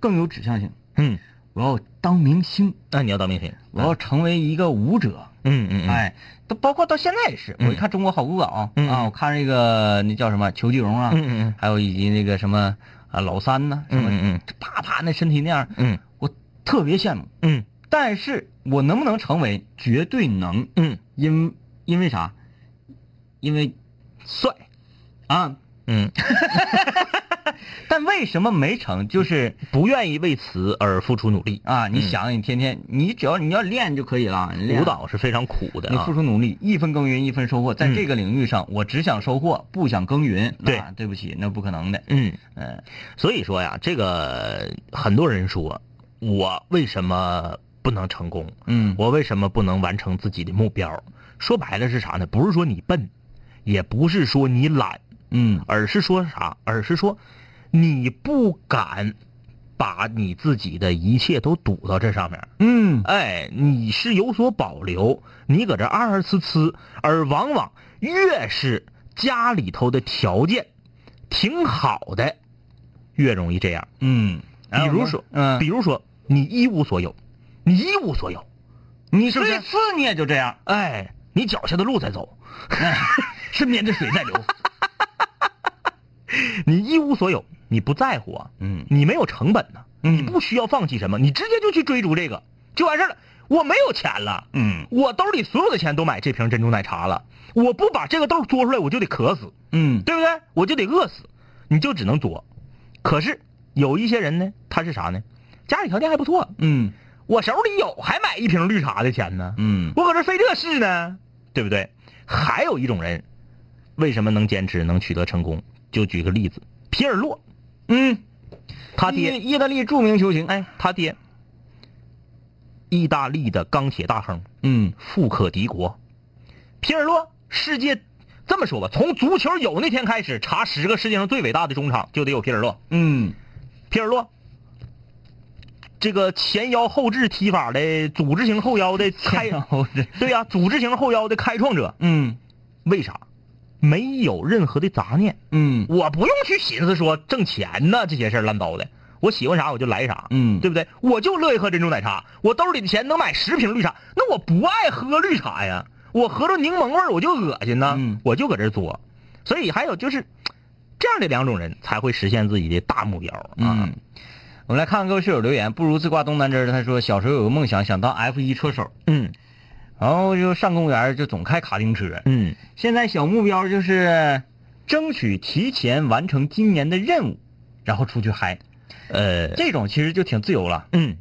[SPEAKER 2] 更有指向性。
[SPEAKER 3] 嗯，
[SPEAKER 2] 我要当明星，
[SPEAKER 3] 那你要当明星，
[SPEAKER 2] 我要成为一个舞者。
[SPEAKER 3] 嗯嗯嗯，
[SPEAKER 2] 哎，都包括到现在也是，我一看《中国好舞蹈》
[SPEAKER 3] 嗯
[SPEAKER 2] 啊，我看那个那叫什么裘吉荣啊，
[SPEAKER 3] 嗯嗯
[SPEAKER 2] 还有以及那个什么啊老三呐、什
[SPEAKER 3] 嗯
[SPEAKER 2] 么
[SPEAKER 3] 嗯
[SPEAKER 2] 啪啪那身体那样，
[SPEAKER 3] 嗯
[SPEAKER 2] 我特别羡慕。
[SPEAKER 3] 嗯
[SPEAKER 2] 但是我能不能成为？绝对能，
[SPEAKER 3] 嗯，
[SPEAKER 2] 因因为啥？因为
[SPEAKER 3] 帅，
[SPEAKER 2] 啊，
[SPEAKER 3] 嗯，
[SPEAKER 2] 但为什么没成？就是
[SPEAKER 3] 不愿意为此而付出努力。
[SPEAKER 2] 啊，你
[SPEAKER 3] 嗯
[SPEAKER 2] 想，你天天，你只要你要练就可以了，你练
[SPEAKER 3] 舞蹈是非常苦的
[SPEAKER 2] 你
[SPEAKER 3] 啊
[SPEAKER 2] 付，出努力，一分耕耘一分收获。在
[SPEAKER 3] 嗯
[SPEAKER 2] 这个领域上，我只想收获，不想耕耘。
[SPEAKER 3] 对
[SPEAKER 2] 那对不起，那不可能的。
[SPEAKER 3] 嗯。
[SPEAKER 2] 嗯
[SPEAKER 3] 所以说呀，这个很多人说，我为什么不能成功？
[SPEAKER 2] 嗯，
[SPEAKER 3] 我为什么不能完成自己的目标？说白了是啥呢？不是说你笨，也不是说你懒，
[SPEAKER 2] 嗯
[SPEAKER 3] 而是说啥？而是说你不敢把你自己的一切都堵到这上面。
[SPEAKER 2] 嗯
[SPEAKER 3] 哎，你是有所保留，你搁这二二呲呲，而往往越是家里头的条件挺好的，越容易这样。
[SPEAKER 2] 嗯，
[SPEAKER 3] 比如说，
[SPEAKER 2] 嗯
[SPEAKER 3] 比，如说你一无所有，你一无所有，
[SPEAKER 2] 你
[SPEAKER 3] 是不是
[SPEAKER 2] 最次你也就这样，哎
[SPEAKER 3] 哎，你脚下的路在走，
[SPEAKER 2] 身边的水在流。
[SPEAKER 3] 你一无所有，你不在乎啊，
[SPEAKER 2] 嗯
[SPEAKER 3] 你没有成本呢、
[SPEAKER 2] 嗯
[SPEAKER 3] 你不需要放弃什么，你直接就去追逐这个就完事儿了。我没有钱了，
[SPEAKER 2] 嗯
[SPEAKER 3] 我兜里所有的钱都买这瓶珍珠奶茶了，我不把这个豆嘬出来，我就得渴死。
[SPEAKER 2] 嗯
[SPEAKER 3] 对不对？我就得饿死，你就只能作。可是有一些人呢，他是啥呢？家里条件还不错，
[SPEAKER 2] 嗯
[SPEAKER 3] 我手里有还买一瓶绿茶的钱呢，
[SPEAKER 2] 嗯
[SPEAKER 3] 我搁这费这事呢，对不对？还有一种人，为什么能坚持能取得成功？就举个例子，皮尔洛，
[SPEAKER 2] 嗯，
[SPEAKER 3] 他爹，
[SPEAKER 2] 意意大利著名球星，
[SPEAKER 3] 哎，他爹，意大利的钢铁大亨，
[SPEAKER 2] 嗯
[SPEAKER 3] 富可敌国。皮尔洛，世界这么说吧，从足球有那天开始，查十个世界上最伟大的中场，就得有皮尔洛。
[SPEAKER 2] 嗯
[SPEAKER 3] 皮尔洛，这个前腰后置踢法的组织型后腰的
[SPEAKER 2] 哎
[SPEAKER 3] 开，对呀、组织型后腰的开创者。
[SPEAKER 2] 嗯
[SPEAKER 3] 为啥？没有任何的杂念，
[SPEAKER 2] 嗯
[SPEAKER 3] 我不用去寻思说挣钱呐这些事儿烂糟的，我喜欢啥我就来啥，
[SPEAKER 2] 嗯
[SPEAKER 3] 对不对？我就乐意喝珍珠奶茶，我兜里的钱能买十瓶绿茶，那我不爱喝绿茶呀，我喝着柠檬味儿我就恶心呐，
[SPEAKER 2] 嗯
[SPEAKER 3] 我就搁这儿作。所以还有就是，这样的两种人才会实现自己的大目标啊。
[SPEAKER 2] 嗯。我们来看看各位室友留言，不如自挂东南枝儿。他说小时候有个梦想，想当 F 一车手，
[SPEAKER 3] 嗯
[SPEAKER 2] 然后就上公园儿就总开卡丁车。
[SPEAKER 3] 嗯
[SPEAKER 2] 现在小目标就是争取提前完成今年的任务，然后出去嗨。
[SPEAKER 3] 呃，
[SPEAKER 2] 这种其实就挺自由了，
[SPEAKER 3] 嗯，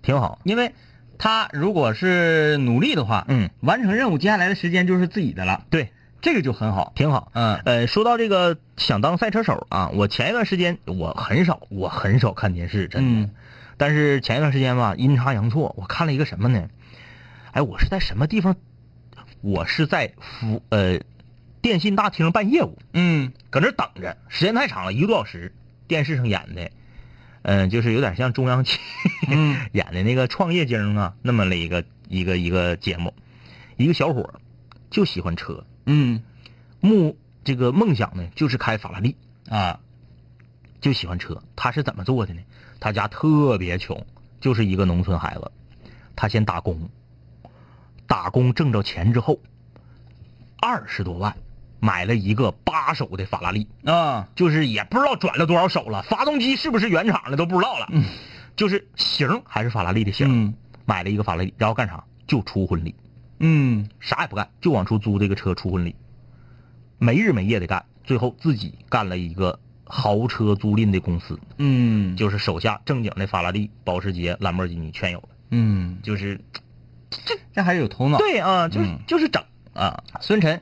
[SPEAKER 3] 挺好。
[SPEAKER 2] 因为他如果是努力的话，
[SPEAKER 3] 嗯，
[SPEAKER 2] 完成任务，接下来的时间就是自己的了。
[SPEAKER 3] 对，
[SPEAKER 2] 这个就很好。
[SPEAKER 3] 挺好。
[SPEAKER 2] 嗯
[SPEAKER 3] 呃，说到这个想当赛车手啊，我前一段时间我很少，我很少看电视，真的。
[SPEAKER 2] 嗯
[SPEAKER 3] 但是前一段时间吧，阴差阳错，我看了一个什么呢？哎，我是在什么地方？我是在服呃电信大厅办业务，
[SPEAKER 2] 嗯
[SPEAKER 3] 搁那儿等着，时间太长了，一个多小时。电视上演的，嗯、就是有点像中央七
[SPEAKER 2] 嗯
[SPEAKER 3] 演的那个《创业经》啊，那么的一个一个一个节目，一个小伙儿就喜欢车，
[SPEAKER 2] 嗯
[SPEAKER 3] 目这个梦想呢就是开法拉利，
[SPEAKER 2] 啊
[SPEAKER 3] 就喜欢车。他是怎么做的呢？他家特别穷，就是一个农村孩子，他先打工，打工挣着钱之后，二十多万买了一个八手的法拉利，
[SPEAKER 2] 啊
[SPEAKER 3] 就是也不知道转了多少手了，发动机是不是原厂的都不知道了，就是型还是法拉利的型，
[SPEAKER 2] 嗯
[SPEAKER 3] 买了一个法拉利，然后干啥？就出婚礼，
[SPEAKER 2] 嗯
[SPEAKER 3] 啥也不干，就往出租这个车出婚礼，没日没夜的干，最后自己干了一个豪车租赁的公司，
[SPEAKER 2] 嗯
[SPEAKER 3] 就是手下正经的法拉利、保时捷、兰博基尼全有了，
[SPEAKER 2] 嗯，
[SPEAKER 3] 就是
[SPEAKER 2] 这还是有头脑。
[SPEAKER 3] 对啊，就是、
[SPEAKER 2] 嗯
[SPEAKER 3] 就是整啊，
[SPEAKER 2] 孙晨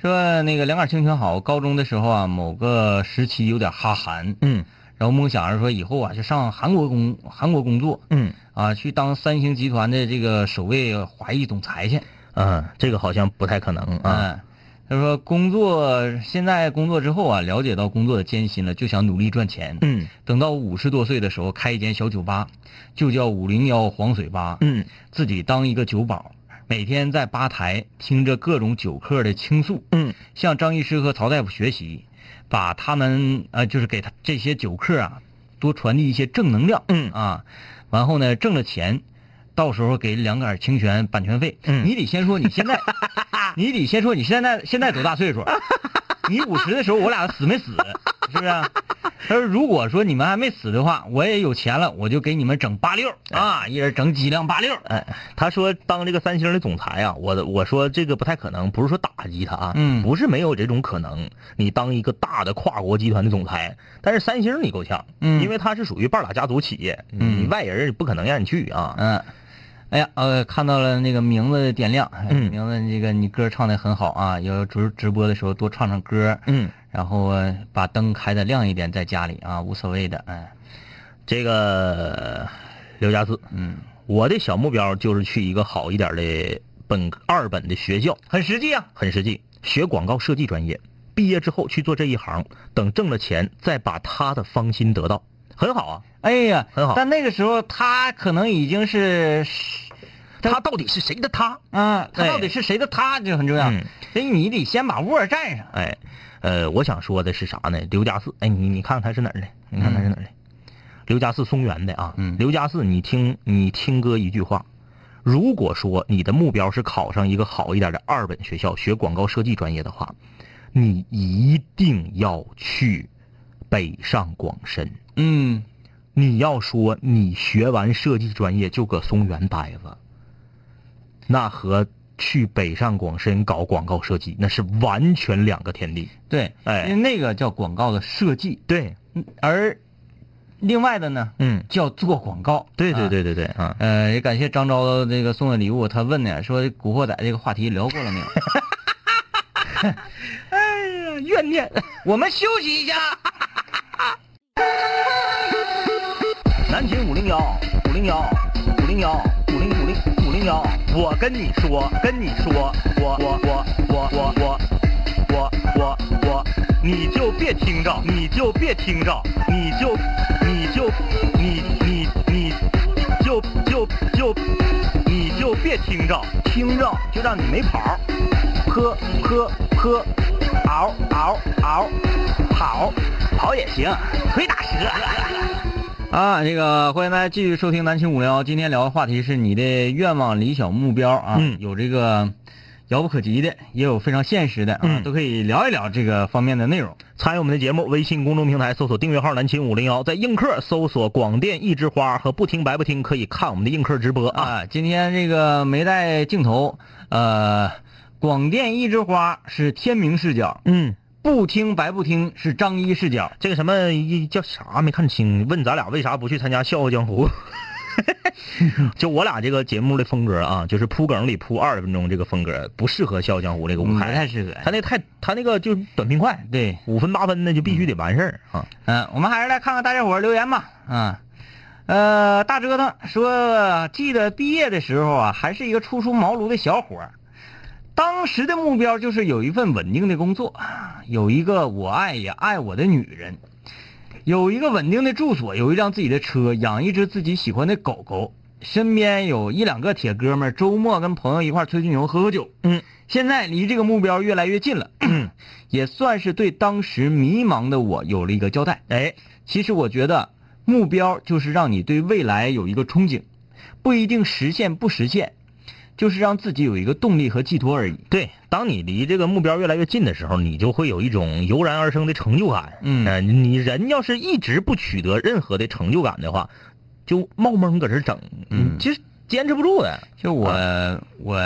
[SPEAKER 2] 说：“那个两杆清泉好，高中的时候啊，某个时期有点哈韩，
[SPEAKER 3] 嗯
[SPEAKER 2] 然后梦想着说以后啊，就上韩国工韩国工作
[SPEAKER 3] 嗯
[SPEAKER 2] 啊，去当三星集团的这个首位华裔总裁去。
[SPEAKER 3] 啊，这个好像不太可能啊，
[SPEAKER 2] 啊，他说工作现在工作之后啊，了解到工作的艰辛了，就想努力赚钱。
[SPEAKER 3] 嗯
[SPEAKER 2] 等到五十多岁的时候，开一间小酒吧，就叫五零幺黄水吧，
[SPEAKER 3] 嗯
[SPEAKER 2] 自己当一个酒保，每天在吧台听着各种酒客的倾诉，
[SPEAKER 3] 嗯
[SPEAKER 2] 向张医师和曹大夫学习，把他们啊、呃就是给他这些酒客啊，多传递一些正能量。
[SPEAKER 3] 嗯
[SPEAKER 2] 啊，完后呢，挣了钱，到时候给两杆清泉版权费。
[SPEAKER 3] 嗯
[SPEAKER 2] 你得先说你现 在，你得先说你现在现在多大岁数？你五十的时候我俩死没死？是不是、啊？他说如果说你们还没死的话，我也有钱了，我就给你们整八六啊，一人整几辆八六。
[SPEAKER 3] 哎，他说当这个三星的总裁啊，我我说这个不太可能，不是说打击他啊，
[SPEAKER 2] 嗯
[SPEAKER 3] 不是没有这种可能。你当一个大的跨国集团的总裁，但是三星你够呛，
[SPEAKER 2] 嗯
[SPEAKER 3] 因为他是属于半拉家族企业，
[SPEAKER 2] 嗯
[SPEAKER 3] 你外人不可能让你去啊。
[SPEAKER 2] 嗯，哎呀，呃，看到了那个名字的点亮，哎
[SPEAKER 3] 嗯
[SPEAKER 2] 名字这个你歌唱的很好啊，有直直播的时候多唱唱歌，
[SPEAKER 3] 嗯，
[SPEAKER 2] 然后呃把灯开的亮一点，在家里啊，无所谓的，哎，
[SPEAKER 3] 这个刘家四，
[SPEAKER 2] 嗯，
[SPEAKER 3] 我的小目标就是去一个好一点的本二本的学校，很实际啊，很实际，学广告设计专业，毕业之后去做这一行，等挣了钱再把他的芳心得到，很好啊。
[SPEAKER 2] 哎呀，
[SPEAKER 3] 很好
[SPEAKER 2] 但那个时候他可能已经是，
[SPEAKER 3] 他到底是谁的他？
[SPEAKER 2] 啊，他
[SPEAKER 3] 对
[SPEAKER 2] 到底是谁的他，这很重要
[SPEAKER 3] 嗯，
[SPEAKER 2] 所以你得先把窝占上。
[SPEAKER 3] 哎，呃，我想说的是啥呢？刘家四，哎，你你看看他是哪儿的？你看他是哪儿的？刘家四松原的啊。
[SPEAKER 2] 嗯
[SPEAKER 3] 刘家四，你听你听哥一句话，如果说你的目标是考上一个好一点的二本学校，学广告设计专业的话，你一定要去北上广深。
[SPEAKER 2] 嗯，
[SPEAKER 3] 你要说你学完设计专业就搁松原待着，那和去北上广深搞广告设计那是完全两个天地。
[SPEAKER 2] 对，
[SPEAKER 3] 哎
[SPEAKER 2] 因为那个叫广告的设计，
[SPEAKER 3] 对，
[SPEAKER 2] 嗯而另外的呢
[SPEAKER 3] 嗯，
[SPEAKER 2] 叫做广告。
[SPEAKER 3] 对对
[SPEAKER 2] 啊。
[SPEAKER 3] 对对对啊，
[SPEAKER 2] 呃，也感谢张昭的那个送的礼物。他问呢，说《古惑仔》这个话题聊过了没有？
[SPEAKER 3] 怨念。
[SPEAKER 2] 我们休息一下。
[SPEAKER 3] 南秦五零幺五零幺五零幺五零五零五零幺，我跟你说，跟你说，我我我我我我我我我，你就别听着，你就别听着，你就你就你你你就就就你就别听着，听着就让你没跑儿，喝喝喝，嗷嗷嗷，跑跑也行，腿打折。
[SPEAKER 2] 啊，这个欢迎大家继续收听南青五零幺。今天聊的话题是你的愿望、理想、目标啊，
[SPEAKER 3] 嗯
[SPEAKER 2] 有这个遥不可及的，也有非常现实的啊，
[SPEAKER 3] 嗯
[SPEAKER 2] 都可以聊一聊这个方面的内容。
[SPEAKER 3] 参与我们的节目，微信公众平台搜索订阅号“南秦五零幺”，在映客搜索“广电一枝花”和“不听白不听”，可以看我们的映客直播啊。
[SPEAKER 2] 啊，今天这个没带镜头，呃，广电一枝花是天明视角，
[SPEAKER 3] 嗯，
[SPEAKER 2] 不听白 不听是张一视角。
[SPEAKER 3] 这个什么一叫啥没看清，问咱俩为啥不去参加《笑傲江湖》？ 就我俩这个节目的风格啊，就是铺梗里铺二十分钟这个风格，不适合《笑傲江湖》这个舞
[SPEAKER 2] 嗯不
[SPEAKER 3] 台。
[SPEAKER 2] 太适合。
[SPEAKER 3] 他那太他那个就短平快，
[SPEAKER 2] 对，
[SPEAKER 3] 五分八分的就必须得完事儿啊。
[SPEAKER 2] 嗯、我们还是来看看大家伙儿留言吧。啊，呃，大折腾说，记得毕业的时候啊，还是一个初出茅庐的小伙儿，当时的目标就是有一份稳定的工作，有一个我爱也爱我的女人，有一个稳定的住所，有一辆自己的车，养一只自己喜欢的狗狗，身边有一两个铁哥们儿，周末跟朋友一块儿吹吹牛、喝喝酒。
[SPEAKER 3] 嗯，
[SPEAKER 2] 现在离这个目标越来越近了， 也算是对当时迷茫的我有了一个交代。
[SPEAKER 3] 哎，
[SPEAKER 2] 其实我觉得目标就是让你对未来有一个憧憬，不一定实现不实现，就是让自己有一个动力和寄托而已。
[SPEAKER 3] 对，当你离这个目标越来越近的时候，你就会有一种油然而生的成就感。
[SPEAKER 2] 嗯
[SPEAKER 3] 呃你人要是一直不取得任何的成就感的话，就冒蒙搁这整，
[SPEAKER 2] 嗯
[SPEAKER 3] 其实坚持不住的。
[SPEAKER 2] 就我、我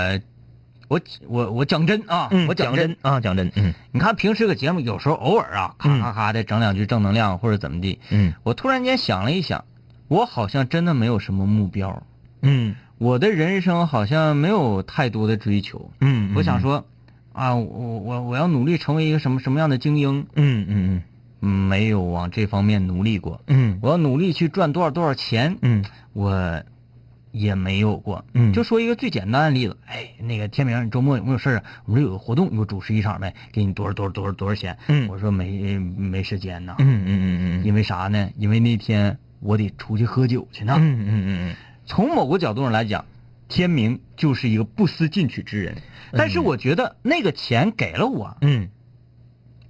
[SPEAKER 2] 我我我讲真啊，我
[SPEAKER 3] 我
[SPEAKER 2] 讲
[SPEAKER 3] 讲真啊，讲真，嗯
[SPEAKER 2] 你看平时个节目有时候偶尔啊，咔
[SPEAKER 3] 嗯
[SPEAKER 2] 咔咔的整两句正能量或者怎么地，
[SPEAKER 3] 嗯
[SPEAKER 2] 我突然间想了一想，我好像真的没有什么目标，
[SPEAKER 3] 嗯
[SPEAKER 2] 我的人生好像没有太多的追求。
[SPEAKER 3] 嗯
[SPEAKER 2] 我想，说啊，我我我要努力成为一个什么什么样的精英。
[SPEAKER 3] 嗯嗯
[SPEAKER 2] 嗯没有往这方面努力过。
[SPEAKER 3] 嗯
[SPEAKER 2] 我要努力去赚多少多少钱，
[SPEAKER 3] 嗯
[SPEAKER 2] 我也没有过。
[SPEAKER 3] 嗯
[SPEAKER 2] 就说一个最简单的例子，哎，那个天明，你周末有没有事儿啊？我们这有个活动，你给我主持一场呗，给你多少多少多少多少钱？
[SPEAKER 3] 嗯
[SPEAKER 2] 我说没没时间呐
[SPEAKER 3] 嗯，嗯嗯嗯嗯
[SPEAKER 2] 因为啥呢？因为那天我得出去喝酒去呢。
[SPEAKER 3] 嗯嗯嗯，
[SPEAKER 2] 从某个角度上来讲，天明就是一个不思进取之人，但是我觉得那个钱给了我，
[SPEAKER 3] 嗯，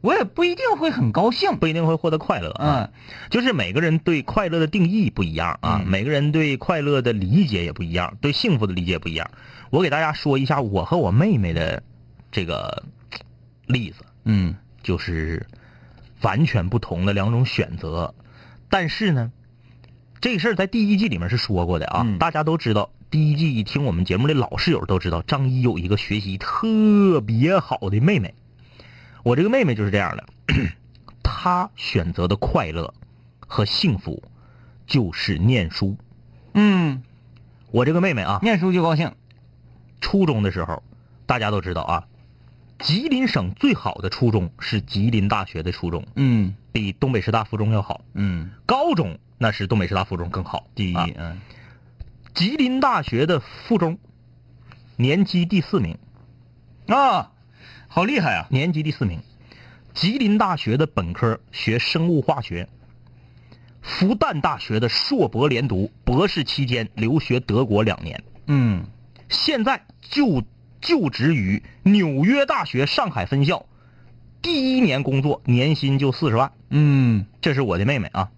[SPEAKER 2] 我也不一定会很高兴。
[SPEAKER 3] 不一定会获得快乐啊。
[SPEAKER 2] 嗯，
[SPEAKER 3] 就是每个人对快乐的定义不一样啊，
[SPEAKER 2] 嗯
[SPEAKER 3] 每个人对快乐的理解也不一样，对幸福的理解也不一样。我给大家说一下我和我妹妹的这个嘖例子，
[SPEAKER 2] 嗯
[SPEAKER 3] 就是完全不同的两种选择。但是呢，这事儿在第一季里面是说过的啊，
[SPEAKER 2] 嗯
[SPEAKER 3] 大家都知道。第一季听我们节目的老室友都知道，张一有一个学习特别好的妹妹。我这个妹妹就是这样的，她选择的快乐和幸福就是念书。
[SPEAKER 2] 嗯，
[SPEAKER 3] 我这个妹妹啊，
[SPEAKER 2] 念书就高兴。
[SPEAKER 3] 初中的时候，大家都知道啊，吉林省最好的初中是吉林大学的初中，
[SPEAKER 2] 嗯
[SPEAKER 3] 比东北师大附中要好。
[SPEAKER 2] 嗯，
[SPEAKER 3] 高中那是东北师大附中更好，
[SPEAKER 2] 第一，
[SPEAKER 3] 啊
[SPEAKER 2] 嗯
[SPEAKER 3] 吉林大学的附中年级第四名，
[SPEAKER 2] 啊，好厉害啊！
[SPEAKER 3] 年级第四名。吉林大学的本科学生物化学，复旦大学的硕博连读，博士期间留学德国两年，
[SPEAKER 2] 嗯
[SPEAKER 3] 现在就就职于纽约大学上海分校，第一年工作年薪就四十万，
[SPEAKER 2] 嗯
[SPEAKER 3] 这是我的妹妹啊。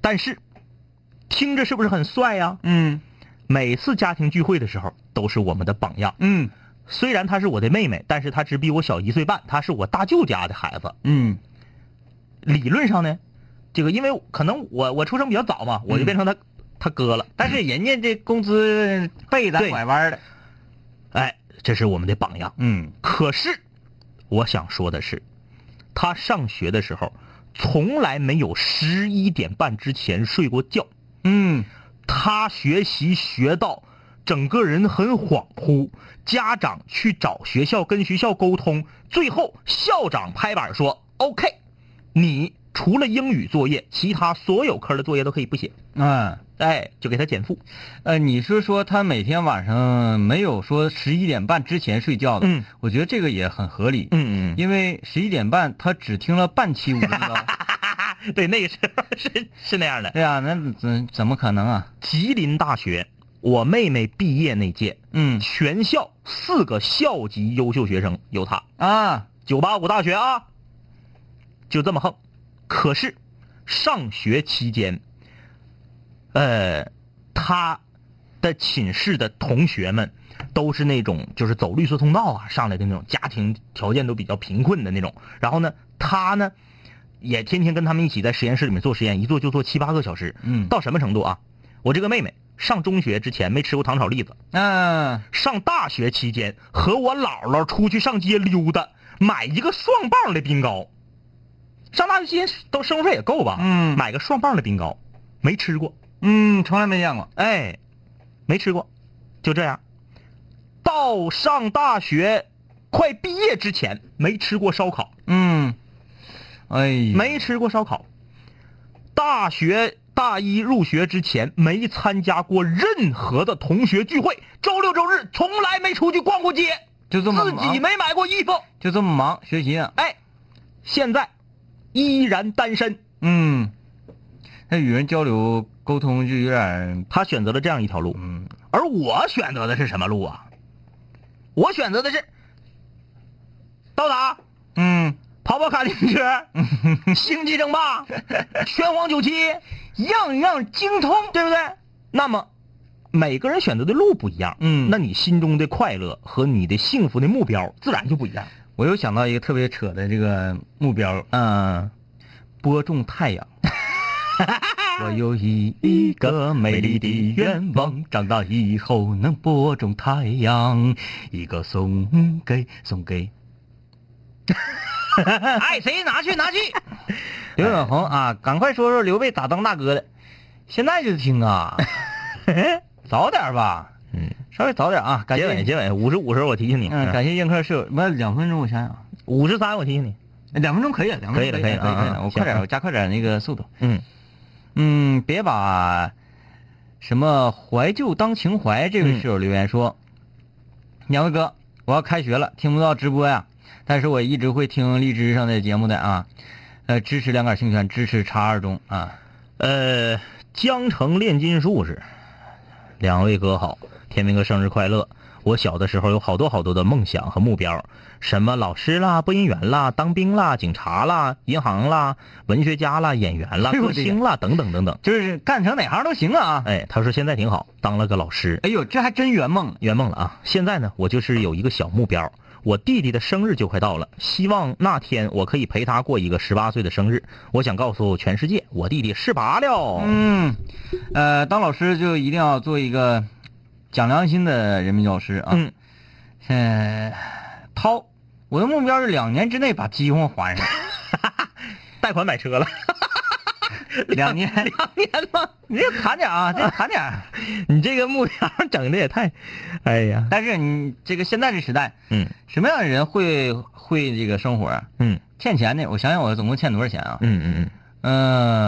[SPEAKER 3] 但是，听着是不是很帅啊呀、
[SPEAKER 2] 嗯
[SPEAKER 3] 每次家庭聚会的时候都是我们的榜样。
[SPEAKER 2] 嗯
[SPEAKER 3] 虽然她是我的妹妹，但是她只比我小一岁半，她是我大舅家的孩子。
[SPEAKER 2] 嗯
[SPEAKER 3] 理论上呢，这个因为可能我我出生比较早嘛，我就变成他、他哥了。
[SPEAKER 2] 嗯但是人家这工资背咱
[SPEAKER 3] 对
[SPEAKER 2] 拐弯的，
[SPEAKER 3] 哎，这是我们的榜样。
[SPEAKER 2] 嗯
[SPEAKER 3] 可是，我想说的是，他上学的时候从来没有十一点半之前睡过觉。
[SPEAKER 2] 嗯，
[SPEAKER 3] 他学习学到整个人很恍惚，家长去找学校跟学校沟通，最后校长拍板说：“OK，你除了英语作业，其他所有科的作业都可以不写。
[SPEAKER 2] 嗯，”
[SPEAKER 3] 哎，就给他减负。
[SPEAKER 2] 呃，你是说他每天晚上没有说十一点半之前睡觉的？
[SPEAKER 3] 嗯，
[SPEAKER 2] 我觉得这个也很合理，
[SPEAKER 3] 嗯
[SPEAKER 2] 因为十一点半他只听了半期五分钟，
[SPEAKER 3] 嗯，对，那个时候是 是那样的。
[SPEAKER 2] 哎对呀、那怎怎么可能啊？
[SPEAKER 3] 吉林大学，我妹妹毕业那届，
[SPEAKER 2] 嗯
[SPEAKER 3] 全校四个校级优秀学生有他。
[SPEAKER 2] 啊，
[SPEAKER 3] 九八五大学啊，就这么横。可是上学期间，呃，他的寝室的同学们都是那种就是走绿色通道啊上来的那种，家庭条件都比较贫困的那种。然后呢，他呢也天天跟他们一起在实验室里面做实验，一做就做七八个小时。
[SPEAKER 2] 嗯
[SPEAKER 3] 到什么程度啊？我这个妹妹上中学之前没吃过糖炒栗子，
[SPEAKER 2] 那
[SPEAKER 3] 上大学期间和我姥姥出去上街溜达，买一个双棒的冰糕。上大学期间都生活费也够吧？
[SPEAKER 2] 嗯
[SPEAKER 3] 买个双棒的冰糕，没吃过，
[SPEAKER 2] 嗯，从来没见过。
[SPEAKER 3] 哎，没吃过，就这样。到上大学快毕业之前，没吃过烧烤，
[SPEAKER 2] 嗯，哎呀，
[SPEAKER 3] 没吃过烧烤。大学大一入学之前，没参加过任何的同学聚会，周六周日从来没出去逛过街。
[SPEAKER 2] 就这么
[SPEAKER 3] 自
[SPEAKER 2] 忙
[SPEAKER 3] 己没买过衣服，
[SPEAKER 2] 就这么忙学习啊？
[SPEAKER 3] 哎，现在依然单身。
[SPEAKER 2] 嗯，那与人交流沟通就有点，
[SPEAKER 3] 他选择了这样一条路，
[SPEAKER 2] 嗯
[SPEAKER 3] 而我选择的是什么路啊？我选择的是到达
[SPEAKER 2] 嗯，
[SPEAKER 3] 跑跑卡丁车、星际争霸、拳皇九七，样样精通，对不对？那么每个人选择的路不一样，
[SPEAKER 2] 嗯
[SPEAKER 3] 那你心中的快乐和你的幸福的目标自然就不一样。
[SPEAKER 2] 我又想到一个特别扯的这个目标，嗯，播种太 阳。我有一一个美丽的愿望，长大以后能播种太阳，一个送给送给 哎
[SPEAKER 3] 爱谁拿去 拿去。
[SPEAKER 2] 刘远红啊，赶快说说刘备咋当大哥的，现在就听 啊，早点吧，
[SPEAKER 3] 嗯，
[SPEAKER 2] 稍微早点啊，感
[SPEAKER 3] 结
[SPEAKER 2] 谢
[SPEAKER 3] 尾结尾五十五时候我提醒你，
[SPEAKER 2] 嗯，感谢映客室友，不两分钟，我想想啊，
[SPEAKER 3] 五十三我提醒你。
[SPEAKER 2] 两分钟可以了，两分钟
[SPEAKER 3] 可以
[SPEAKER 2] 以
[SPEAKER 3] 了
[SPEAKER 2] 可
[SPEAKER 3] 可以了
[SPEAKER 2] 以
[SPEAKER 3] 啊
[SPEAKER 2] 了，我
[SPEAKER 3] 行
[SPEAKER 2] 快点，
[SPEAKER 3] 啊
[SPEAKER 2] 我加快点那个速度，
[SPEAKER 3] 嗯，
[SPEAKER 2] 嗯，别把什么怀旧当情怀，这位
[SPEAKER 3] 嗯
[SPEAKER 2] 室友留言说，两位哥，我要开学了，听不到直播呀，但是我一直会听荔枝上的节目的啊，呃，支持两杆清泉，支持查二中啊，
[SPEAKER 3] 呃，江城炼金术士，两位哥好，天明哥生日快乐！我小的时候有好多好多的梦想和目标，什么老师啦、播音员啦、当兵啦、警察啦、银行啦、文学家啦、演员啦、
[SPEAKER 2] 哎呦
[SPEAKER 3] 歌
[SPEAKER 2] 我的
[SPEAKER 3] 星啦，等等等等。
[SPEAKER 2] 就是干成哪行都行啊啊。
[SPEAKER 3] 哎，他说现在挺好，当了个老师，
[SPEAKER 2] 哎呦，这还真圆梦了。
[SPEAKER 3] 圆梦了啊！现在呢，我就是有一个小目标，我弟弟的生日就快到了，希望那天我可以陪他过一个十八岁的生日。我想告诉全世界，我弟弟是拔了。
[SPEAKER 2] 嗯，呃，当老师就一定要做一个讲良心的人民教师啊。
[SPEAKER 3] 嗯
[SPEAKER 2] 嗯，涛，我的目标是两年之内把饥荒还上，
[SPEAKER 3] 贷款买车了。
[SPEAKER 2] 两年两年吗？你这砍点啊，这砍点儿。
[SPEAKER 3] 你这个目标整的也太，哎呀，
[SPEAKER 2] 但是你这个现在这时代，
[SPEAKER 3] 嗯
[SPEAKER 2] 什么样的人会会这个生活啊？
[SPEAKER 3] 嗯
[SPEAKER 2] 欠钱的，我想想，我总共欠多少钱啊？
[SPEAKER 3] 嗯嗯嗯，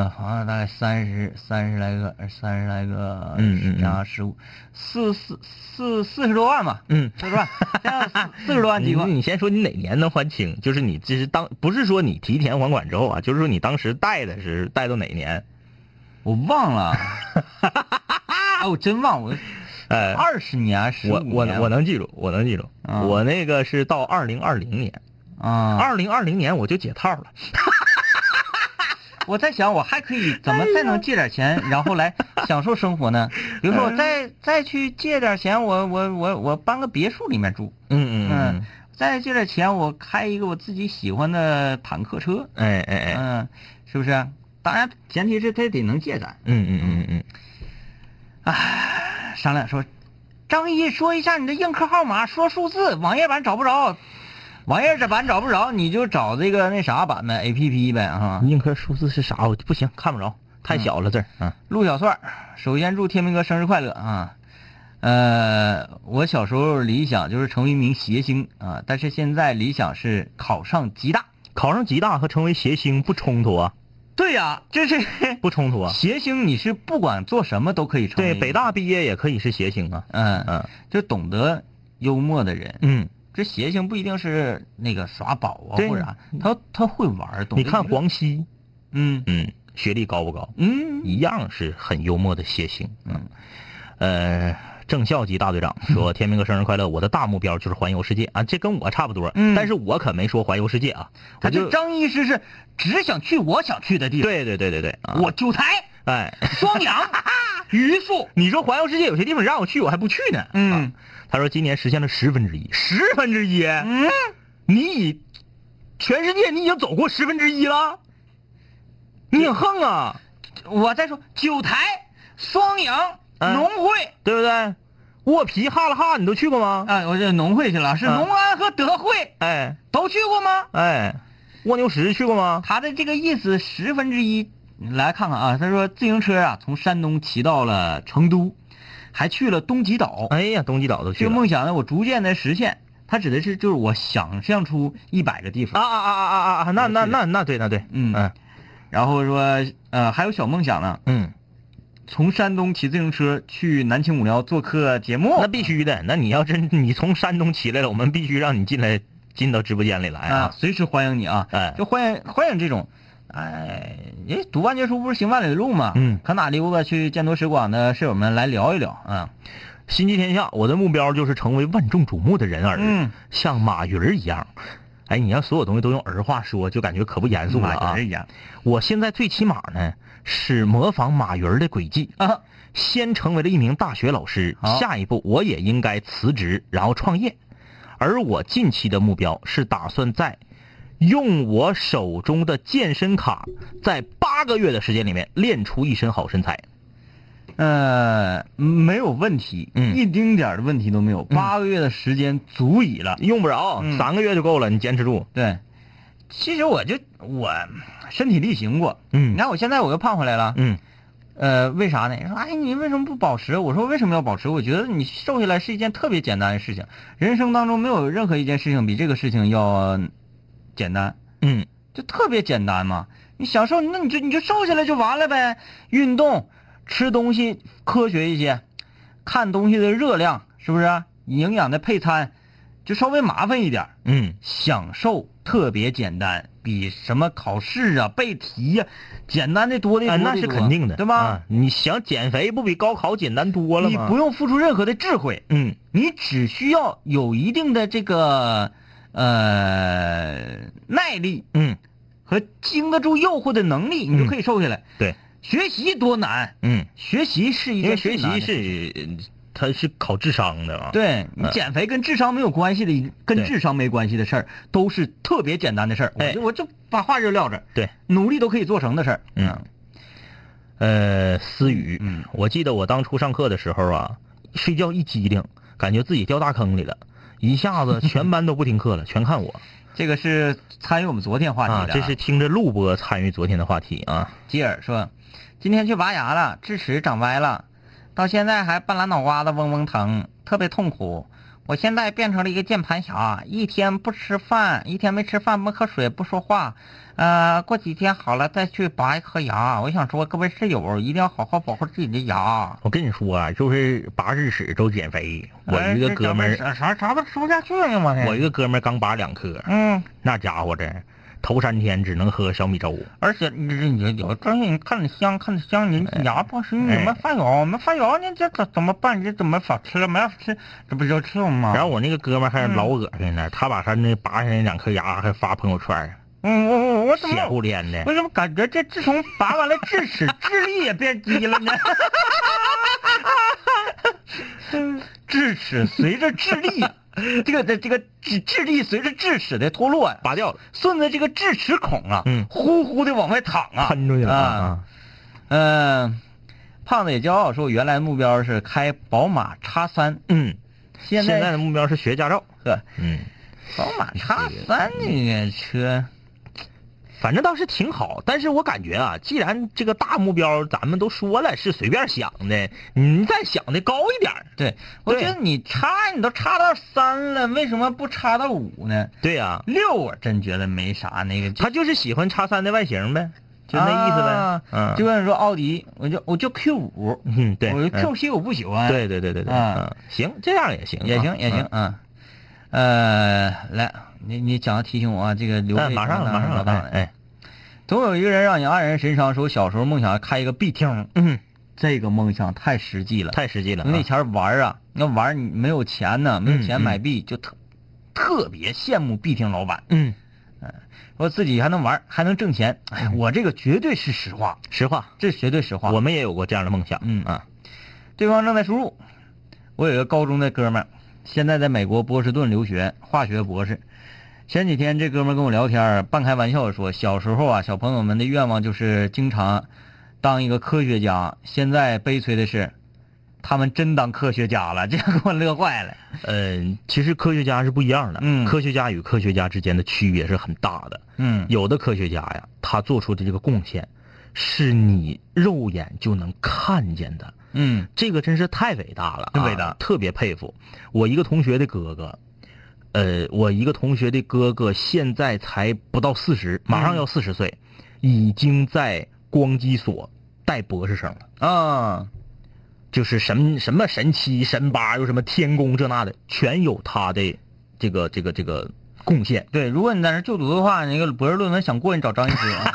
[SPEAKER 2] 嗯，好像大概三十三十来个，三十来个，
[SPEAKER 3] 嗯嗯嗯
[SPEAKER 2] 加十五，四四四四十多万吧，
[SPEAKER 3] 嗯哎
[SPEAKER 2] 四十多万，加 四十多万
[SPEAKER 3] 你
[SPEAKER 2] 计划，
[SPEAKER 3] 你先说你哪年能还清？就是你这是当不是说你提前还款之后啊，就是说你当时贷的是贷到哪年？
[SPEAKER 2] 我忘 了，哎，我真忘，我
[SPEAKER 3] 呃，
[SPEAKER 2] 二十年，十五
[SPEAKER 3] 我我
[SPEAKER 2] 年，
[SPEAKER 3] 我能记住，我能记住，
[SPEAKER 2] 啊
[SPEAKER 3] 我那个是到二零二零年，
[SPEAKER 2] 啊，
[SPEAKER 3] 二零二零年我就解套了。
[SPEAKER 2] 我在想我还可以怎么再能借点钱， 然后来享受生活呢？比如说
[SPEAKER 3] 嗯
[SPEAKER 2] 我再再去借点钱，我我我我搬个别墅里面住，
[SPEAKER 3] 嗯
[SPEAKER 2] 嗯，，再借点钱我开一个我自己喜欢的坦克车。
[SPEAKER 3] 哎哎哎，
[SPEAKER 2] 嗯，是不是？当然前提是他得能借咱。
[SPEAKER 3] 嗯嗯嗯嗯
[SPEAKER 2] 商量说，张一说一下你的映客号码，说数字，网页版找不着，网页版找不着，你就找这个那啥版呗，APP 呗啊
[SPEAKER 3] 嗯，。硬壳数字是啥？我不行，看不着，太小了字儿。嗯
[SPEAKER 2] 陆小帅，首先祝天明哥生日快乐啊！呃，我小时候理想就是成为一名谐星啊，但是现在理想是考上吉大。
[SPEAKER 3] 考上吉大和成为谐星不冲突啊，
[SPEAKER 2] 对呀、这 是
[SPEAKER 3] 不冲突啊。
[SPEAKER 2] 谐星，你是不管做什么都可以成为。
[SPEAKER 3] 对，北，大毕业也可以是谐星啊。
[SPEAKER 2] 嗯
[SPEAKER 3] 嗯
[SPEAKER 2] 就懂得幽默的人，
[SPEAKER 3] 嗯，
[SPEAKER 2] 这谐星不一定是那个耍宝啊
[SPEAKER 3] 对
[SPEAKER 2] 或者啥，他他会玩儿，懂得
[SPEAKER 3] 你看
[SPEAKER 2] 娱乐，
[SPEAKER 3] 黄西，
[SPEAKER 2] 嗯
[SPEAKER 3] 嗯，学历高不高？
[SPEAKER 2] 嗯
[SPEAKER 3] 一样是很幽默的谐星。嗯，呃，郑校级大队长说：“天明哥生日快乐！我的大目标就是环游世界啊，这跟我差不多。
[SPEAKER 2] 嗯
[SPEAKER 3] 但是我可没说环游世界啊，
[SPEAKER 2] 他
[SPEAKER 3] 我就
[SPEAKER 2] 就张医师是只想去我想去的地方，
[SPEAKER 3] 对对对对对，啊
[SPEAKER 2] 我九 台、
[SPEAKER 3] 哎，
[SPEAKER 2] 双 阳、榆树，
[SPEAKER 3] 你说环游世界有些地方让我去，我还不去呢。
[SPEAKER 2] 嗯
[SPEAKER 3] 啊他说今年实现了十分之一，十分之一，
[SPEAKER 2] 嗯，
[SPEAKER 3] 你以全世界你已经走过十分之一了，你挺横啊，
[SPEAKER 2] 我再说九台、双阳、
[SPEAKER 3] 嗯
[SPEAKER 2] 农会，
[SPEAKER 3] 对不对？卧皮哈拉哈你都去过吗？
[SPEAKER 2] 啊，我这农会去了，是
[SPEAKER 3] 嗯
[SPEAKER 2] 农安和德惠
[SPEAKER 3] 哎
[SPEAKER 2] 都去过吗？
[SPEAKER 3] 哎，蜗牛石去过吗？
[SPEAKER 2] 他的这个意思十分之一，你来看看啊。他说自行车啊，从山东骑到了成都，还去了东极岛。
[SPEAKER 3] 哎呀，东极岛都去
[SPEAKER 2] 这个
[SPEAKER 3] 了。
[SPEAKER 2] 梦想呢，我逐渐的实现。他指的是就是我想象出一百个地
[SPEAKER 3] 啊
[SPEAKER 2] 方，
[SPEAKER 3] 啊啊啊啊啊！那那那那对那对，
[SPEAKER 2] 嗯
[SPEAKER 3] 嗯
[SPEAKER 2] 然后说呃还有小梦想呢，
[SPEAKER 3] 嗯，
[SPEAKER 2] 从山东骑自行车去南青五聊做客节目。啊
[SPEAKER 3] 那必须的。那你要真你从山东骑来了，我们必须让你进来进到直播间里来
[SPEAKER 2] 啊
[SPEAKER 3] 啊！，
[SPEAKER 2] 随时欢迎你啊！
[SPEAKER 3] 哎
[SPEAKER 2] 就欢迎欢迎这种，哎，你读万卷书不是行万里路嘛？
[SPEAKER 3] 嗯
[SPEAKER 2] 看哪溜达去见多识广的室友们来聊一聊啊！
[SPEAKER 3] 心系天下，我的目标就是成为万众瞩目的人儿，
[SPEAKER 2] 嗯
[SPEAKER 3] 像马云儿一样。哎，你要所有东西都用儿话说，就感觉可不严肃了啊
[SPEAKER 2] 马！云一样
[SPEAKER 3] 我现在最起码呢是模仿马云儿的轨迹，
[SPEAKER 2] 啊，
[SPEAKER 3] 先成为了一名大学老师，
[SPEAKER 2] 好
[SPEAKER 3] 下一步我也应该辞职，然后创业。而我近期的目标是打算在用我手中的健身卡，在八个月的时间里面练出一身好身材。
[SPEAKER 2] 呃，没有问题，
[SPEAKER 3] 嗯
[SPEAKER 2] 一丁点儿的问题都没有。八个月的时间足以了。
[SPEAKER 3] 用不着、
[SPEAKER 2] 嗯
[SPEAKER 3] 三个月就够了，你坚持住。
[SPEAKER 2] 对，其实我就我身体力行过，
[SPEAKER 3] 嗯
[SPEAKER 2] 你看我现在我又胖回来了。
[SPEAKER 3] 嗯，
[SPEAKER 2] 呃，为啥呢？说哎，你为什么不保持？我说为什么要保持？我觉得你瘦下来是一件特别简单的事情，人生当中没有任何一件事情比这个事情要简单，
[SPEAKER 3] 嗯
[SPEAKER 2] 就特别简单嘛。你想瘦，那你就你就瘦下来就完了呗。运动、吃东西科学一些，看东西的热量是不是啊、营养的配餐，就稍微麻烦一点儿。
[SPEAKER 3] 嗯，
[SPEAKER 2] 享受特别简单，比什么考试啊、背题呀、简单的多的多
[SPEAKER 3] 啊，
[SPEAKER 2] 得
[SPEAKER 3] 那是
[SPEAKER 2] 多
[SPEAKER 3] 肯定的，
[SPEAKER 2] 对吧？
[SPEAKER 3] 啊你想减肥不比高考简单多了
[SPEAKER 2] 你
[SPEAKER 3] 吗？
[SPEAKER 2] 不用付出任何的智慧，
[SPEAKER 3] 嗯
[SPEAKER 2] 你只需要有一定的这个呃耐力
[SPEAKER 3] 嗯，
[SPEAKER 2] 和经得住诱惑的能力，你就可以瘦下来。
[SPEAKER 3] 对，
[SPEAKER 2] 学习多难，
[SPEAKER 3] 嗯，
[SPEAKER 2] 学习是一
[SPEAKER 3] 因
[SPEAKER 2] 件
[SPEAKER 3] 为学
[SPEAKER 2] 最难的
[SPEAKER 3] 习
[SPEAKER 2] 事
[SPEAKER 3] 是它是考智商的啊。，
[SPEAKER 2] 对你
[SPEAKER 3] 嗯
[SPEAKER 2] 减肥跟智商没有关系的，跟
[SPEAKER 3] 对
[SPEAKER 2] 智商没关系的事儿，都是特别简单的事儿。我
[SPEAKER 3] 哎
[SPEAKER 2] 就我就把话就撂这儿，
[SPEAKER 3] 对，
[SPEAKER 2] 努力都可以做成的事儿。啊
[SPEAKER 3] 嗯，呃，思雨，
[SPEAKER 2] 嗯，
[SPEAKER 3] 我记得我当初上课的时候啊，睡觉一激灵，感觉自己掉大坑里了，一下子全班都不听课了，全看我
[SPEAKER 2] 这个是参与我们昨 天话
[SPEAKER 3] 啊！
[SPEAKER 2] 题的、
[SPEAKER 3] 这是听着录播参与昨天的话题啊。
[SPEAKER 2] 吉尔说，今天去拔牙了，智齿长歪了，到现在还半拉脑瓜子嗡嗡疼，特别痛苦。我现在变成了一个键盘侠，一天不吃饭，一天没吃饭，不喝水，不说话。呃，过几天好了再去拔一颗牙。我想说，各位室友一定要好好保护自己的牙。
[SPEAKER 3] 我跟你说啊，就是拔智齿都减肥，我
[SPEAKER 2] 哎
[SPEAKER 3] 一个哥们儿，
[SPEAKER 2] 儿，啥啥都吃不下去了，我这
[SPEAKER 3] 我一个哥们儿刚拔两颗，
[SPEAKER 2] 嗯，
[SPEAKER 3] 那家伙这头三天只能喝小米粥。
[SPEAKER 2] 而且你你你有东西，你看你香，看你香，你
[SPEAKER 3] 哎
[SPEAKER 2] 牙不好吃，你没发油，没发油，你这怎怎么办？你这怎么少吃了？没法吃，这不就吃了吗？
[SPEAKER 3] 然后，我那个哥们儿还
[SPEAKER 2] 嗯
[SPEAKER 3] 老恶心呢，他把他那拔下来两颗牙还发朋友圈儿，
[SPEAKER 2] 嗯，我我我怎
[SPEAKER 3] 血
[SPEAKER 2] 么
[SPEAKER 3] 乎连的。
[SPEAKER 2] 为什么感觉这自从拔完了智齿，智力也变低了呢？ 智齿随着智力这个这这个智智力随着智齿的脱落呀、
[SPEAKER 3] 拔掉了，
[SPEAKER 2] 顺着这个智齿孔啊，
[SPEAKER 3] 嗯
[SPEAKER 2] 呼呼的往外淌啊，
[SPEAKER 3] 喷出去了
[SPEAKER 2] 啊。
[SPEAKER 3] 啊！
[SPEAKER 2] 嗯、胖子也骄傲说，原来目标是开宝马叉三，
[SPEAKER 3] 嗯，
[SPEAKER 2] 现
[SPEAKER 3] 现
[SPEAKER 2] 在
[SPEAKER 3] 在的目标是学驾照。
[SPEAKER 2] 呵，
[SPEAKER 3] 嗯，
[SPEAKER 2] 宝马叉三那个车，
[SPEAKER 3] 反正倒是挺好，但是我感觉啊，既然这个大目标咱们都说了是随便想的，你再想的高一点儿
[SPEAKER 2] 对我觉得你叉你都叉到三了，为什么不叉到五呢？
[SPEAKER 3] 对呀、
[SPEAKER 2] 六我真觉得没啥那个，
[SPEAKER 3] 他就是喜欢叉三的外形呗，就那意思呗。
[SPEAKER 2] 啊
[SPEAKER 3] 嗯，
[SPEAKER 2] 就跟你说奥迪，我就我就 Q 五，
[SPEAKER 3] 嗯对，
[SPEAKER 2] 我就
[SPEAKER 3] 嗯
[SPEAKER 2] Q 七我不喜欢，
[SPEAKER 3] 对对对对对，
[SPEAKER 2] 啊
[SPEAKER 3] 嗯，行，这样也行啊，
[SPEAKER 2] 也行也行
[SPEAKER 3] 嗯，
[SPEAKER 2] 啊，呃，来，你你讲提醒我啊，这个刘备
[SPEAKER 3] 嗯，马上了，马上
[SPEAKER 2] 老
[SPEAKER 3] 了，
[SPEAKER 2] 大
[SPEAKER 3] 哎，哎，
[SPEAKER 2] 总有一个人让你黯然神伤，说小时候梦想开一个 B 厅，
[SPEAKER 3] 嗯，
[SPEAKER 2] 这个梦想太实际了，
[SPEAKER 3] 太实际了啊，
[SPEAKER 2] 因为那前玩啊，那玩儿你没有钱呢，没有钱
[SPEAKER 3] 嗯
[SPEAKER 2] 买币，就特特别羡慕 B 厅老板，
[SPEAKER 3] 嗯，
[SPEAKER 2] 说自己还能玩儿，还能挣钱，哎，我这个绝对是实话，
[SPEAKER 3] 实话，
[SPEAKER 2] 这是绝对实话。
[SPEAKER 3] 我们也有过这样的梦想，
[SPEAKER 2] 嗯
[SPEAKER 3] 啊，
[SPEAKER 2] 对方正在输入。我有一个高中的哥们儿，现在在美国波士顿留学，化学博士。前几天这哥们儿跟我聊天儿，半开玩笑地说，小时候啊，小朋友们的愿望就是经常当一个科学家。现在悲催的是，他们真当科学家了，这 给我乐坏了。
[SPEAKER 3] 嗯，其实科学家是不一样的，
[SPEAKER 2] 嗯
[SPEAKER 3] 科学家与科学家之间的区别是很大的，
[SPEAKER 2] 嗯
[SPEAKER 3] 有的科学家呀，他做出的这个贡献，是你肉眼就能看见的，
[SPEAKER 2] 嗯
[SPEAKER 3] 这个真是太伟大了、啊，
[SPEAKER 2] 真伟大
[SPEAKER 3] 特别佩服。我一个同学的哥哥，呃，我一个同学的哥哥现在才不到四十，马上要四十岁，已经在光机所带博士生了，
[SPEAKER 2] 啊，
[SPEAKER 3] 就是什什么神七、神八，又什么天宫这那的，全有他的这个这个这个贡献。
[SPEAKER 2] 对，如果你在那儿就读的话，你那个博士论文想过，你找张医师啊。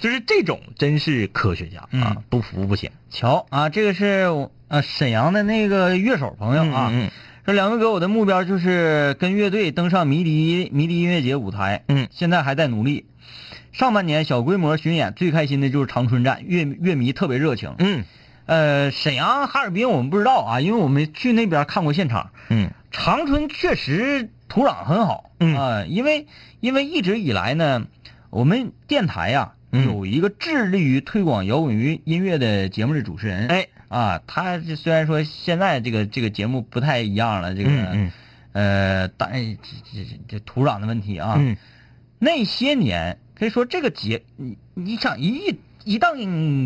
[SPEAKER 3] 就是这种真是科学家啊，
[SPEAKER 2] 嗯
[SPEAKER 3] 不服不行。
[SPEAKER 2] 瞧啊，这个是我呃沈阳的那个乐手朋友啊。
[SPEAKER 3] 嗯
[SPEAKER 2] 说两位哥，我的目标就是跟乐队登上迷笛迷笛音乐节舞台，
[SPEAKER 3] 嗯，
[SPEAKER 2] 现在还在努力。上半年小规模巡演，最开心的就是长春站，乐乐迷特别热情。
[SPEAKER 3] 嗯
[SPEAKER 2] 呃，沈阳、哈尔滨我们不知道啊，因为我没去那边看过现场。
[SPEAKER 3] 嗯
[SPEAKER 2] 长春确实土壤很好，
[SPEAKER 3] 嗯
[SPEAKER 2] 啊、因为因为一直以来呢，我们电台呀、
[SPEAKER 3] 嗯
[SPEAKER 2] 有一个致力于推广摇滚乐音乐的节目的主持人，
[SPEAKER 3] 哎
[SPEAKER 2] 啊，他这虽然说现在这个这个节目不太一样了，这个、
[SPEAKER 3] 嗯嗯
[SPEAKER 2] 呃，但这这这这土壤的问题啊，
[SPEAKER 3] 嗯
[SPEAKER 2] 那些年可以说这个节，你你想一一档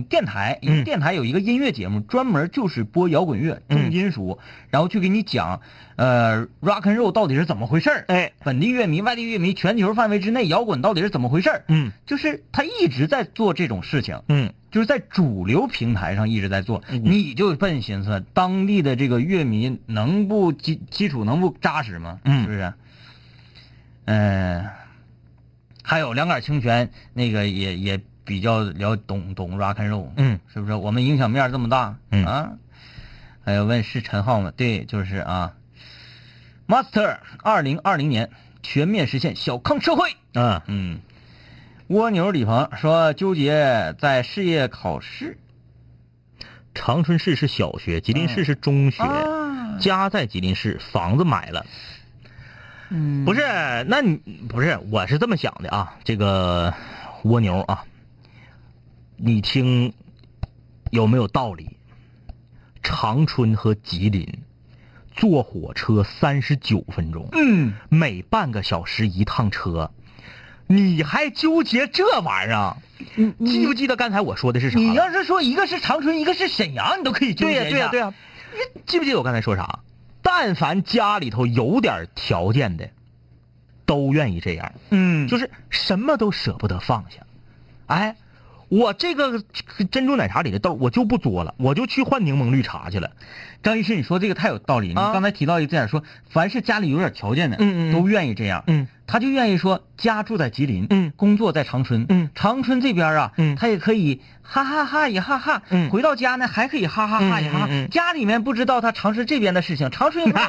[SPEAKER 2] 电台，一个
[SPEAKER 3] 嗯
[SPEAKER 2] 电台有一个音乐节目，专门就是播摇滚乐、
[SPEAKER 3] 嗯
[SPEAKER 2] 重金属，然后去给你讲，呃，rock and roll 到底是怎么回事儿，
[SPEAKER 3] 哎
[SPEAKER 2] 本地乐迷、外地乐迷、全球范围之内摇滚到底是怎么回事儿，
[SPEAKER 3] 嗯
[SPEAKER 2] 就是他一直在做这种事情。
[SPEAKER 3] 嗯
[SPEAKER 2] 就是在主流平台上一直在做，
[SPEAKER 3] 嗯
[SPEAKER 2] 你就笨寻思当地的这个乐迷能不基基础能不扎实吗？
[SPEAKER 3] 嗯
[SPEAKER 2] 是不是？嗯、还有两杆清泉那个也也比较了懂懂 rock and roll，
[SPEAKER 3] 嗯
[SPEAKER 2] 是不是？我们影响面这么大，
[SPEAKER 3] 嗯
[SPEAKER 2] 啊，还有问是陈浩吗？对，就是啊，Master 二零二零年全面实现小康社会。
[SPEAKER 3] 啊
[SPEAKER 2] 嗯，蜗牛李鹏说纠结在事业考试
[SPEAKER 3] 长春市是小学，吉林市是中学，
[SPEAKER 2] 啊，
[SPEAKER 3] 家在吉林市，房子买了。
[SPEAKER 2] 嗯
[SPEAKER 3] 不是，那你不是，我是这么想的啊。这个蜗牛啊，你听有没有道理？长春和吉林坐火车三十九分钟，
[SPEAKER 2] 嗯，
[SPEAKER 3] 每半个小时一趟车，你还纠结这玩意儿啊？记不记得刚才我说的是啥了？
[SPEAKER 2] 你要是说一个是长春，一个是沈阳，你都可以纠
[SPEAKER 3] 对呀、
[SPEAKER 2] 结一
[SPEAKER 3] 对呀、
[SPEAKER 2] 下
[SPEAKER 3] 对呀、记不记得我刚才说啥？但凡家里头有点条件的，都愿意这样，
[SPEAKER 2] 嗯，
[SPEAKER 3] 就是是什么都舍不得放下。哎，我这个珍珠奶茶里的豆我就不嘬了，我就去换柠檬绿茶去了。
[SPEAKER 2] 张医师，你说这个太有道理。
[SPEAKER 3] 啊
[SPEAKER 2] 你刚才提到一个点，说凡是家里有点条件的，
[SPEAKER 3] 嗯嗯嗯
[SPEAKER 2] 都愿意这样，
[SPEAKER 3] 嗯，
[SPEAKER 2] 他就愿意说家住在吉林，
[SPEAKER 3] 嗯
[SPEAKER 2] 工作在长春，
[SPEAKER 3] 嗯
[SPEAKER 2] 长春这边啊，
[SPEAKER 3] 嗯
[SPEAKER 2] 他也可以哈哈哈也哈哈，
[SPEAKER 3] 嗯
[SPEAKER 2] 回到家呢还可以哈哈哈也哈哈，
[SPEAKER 3] 嗯嗯嗯嗯
[SPEAKER 2] 家里面不知道他长春这边的事 情，长春也不知道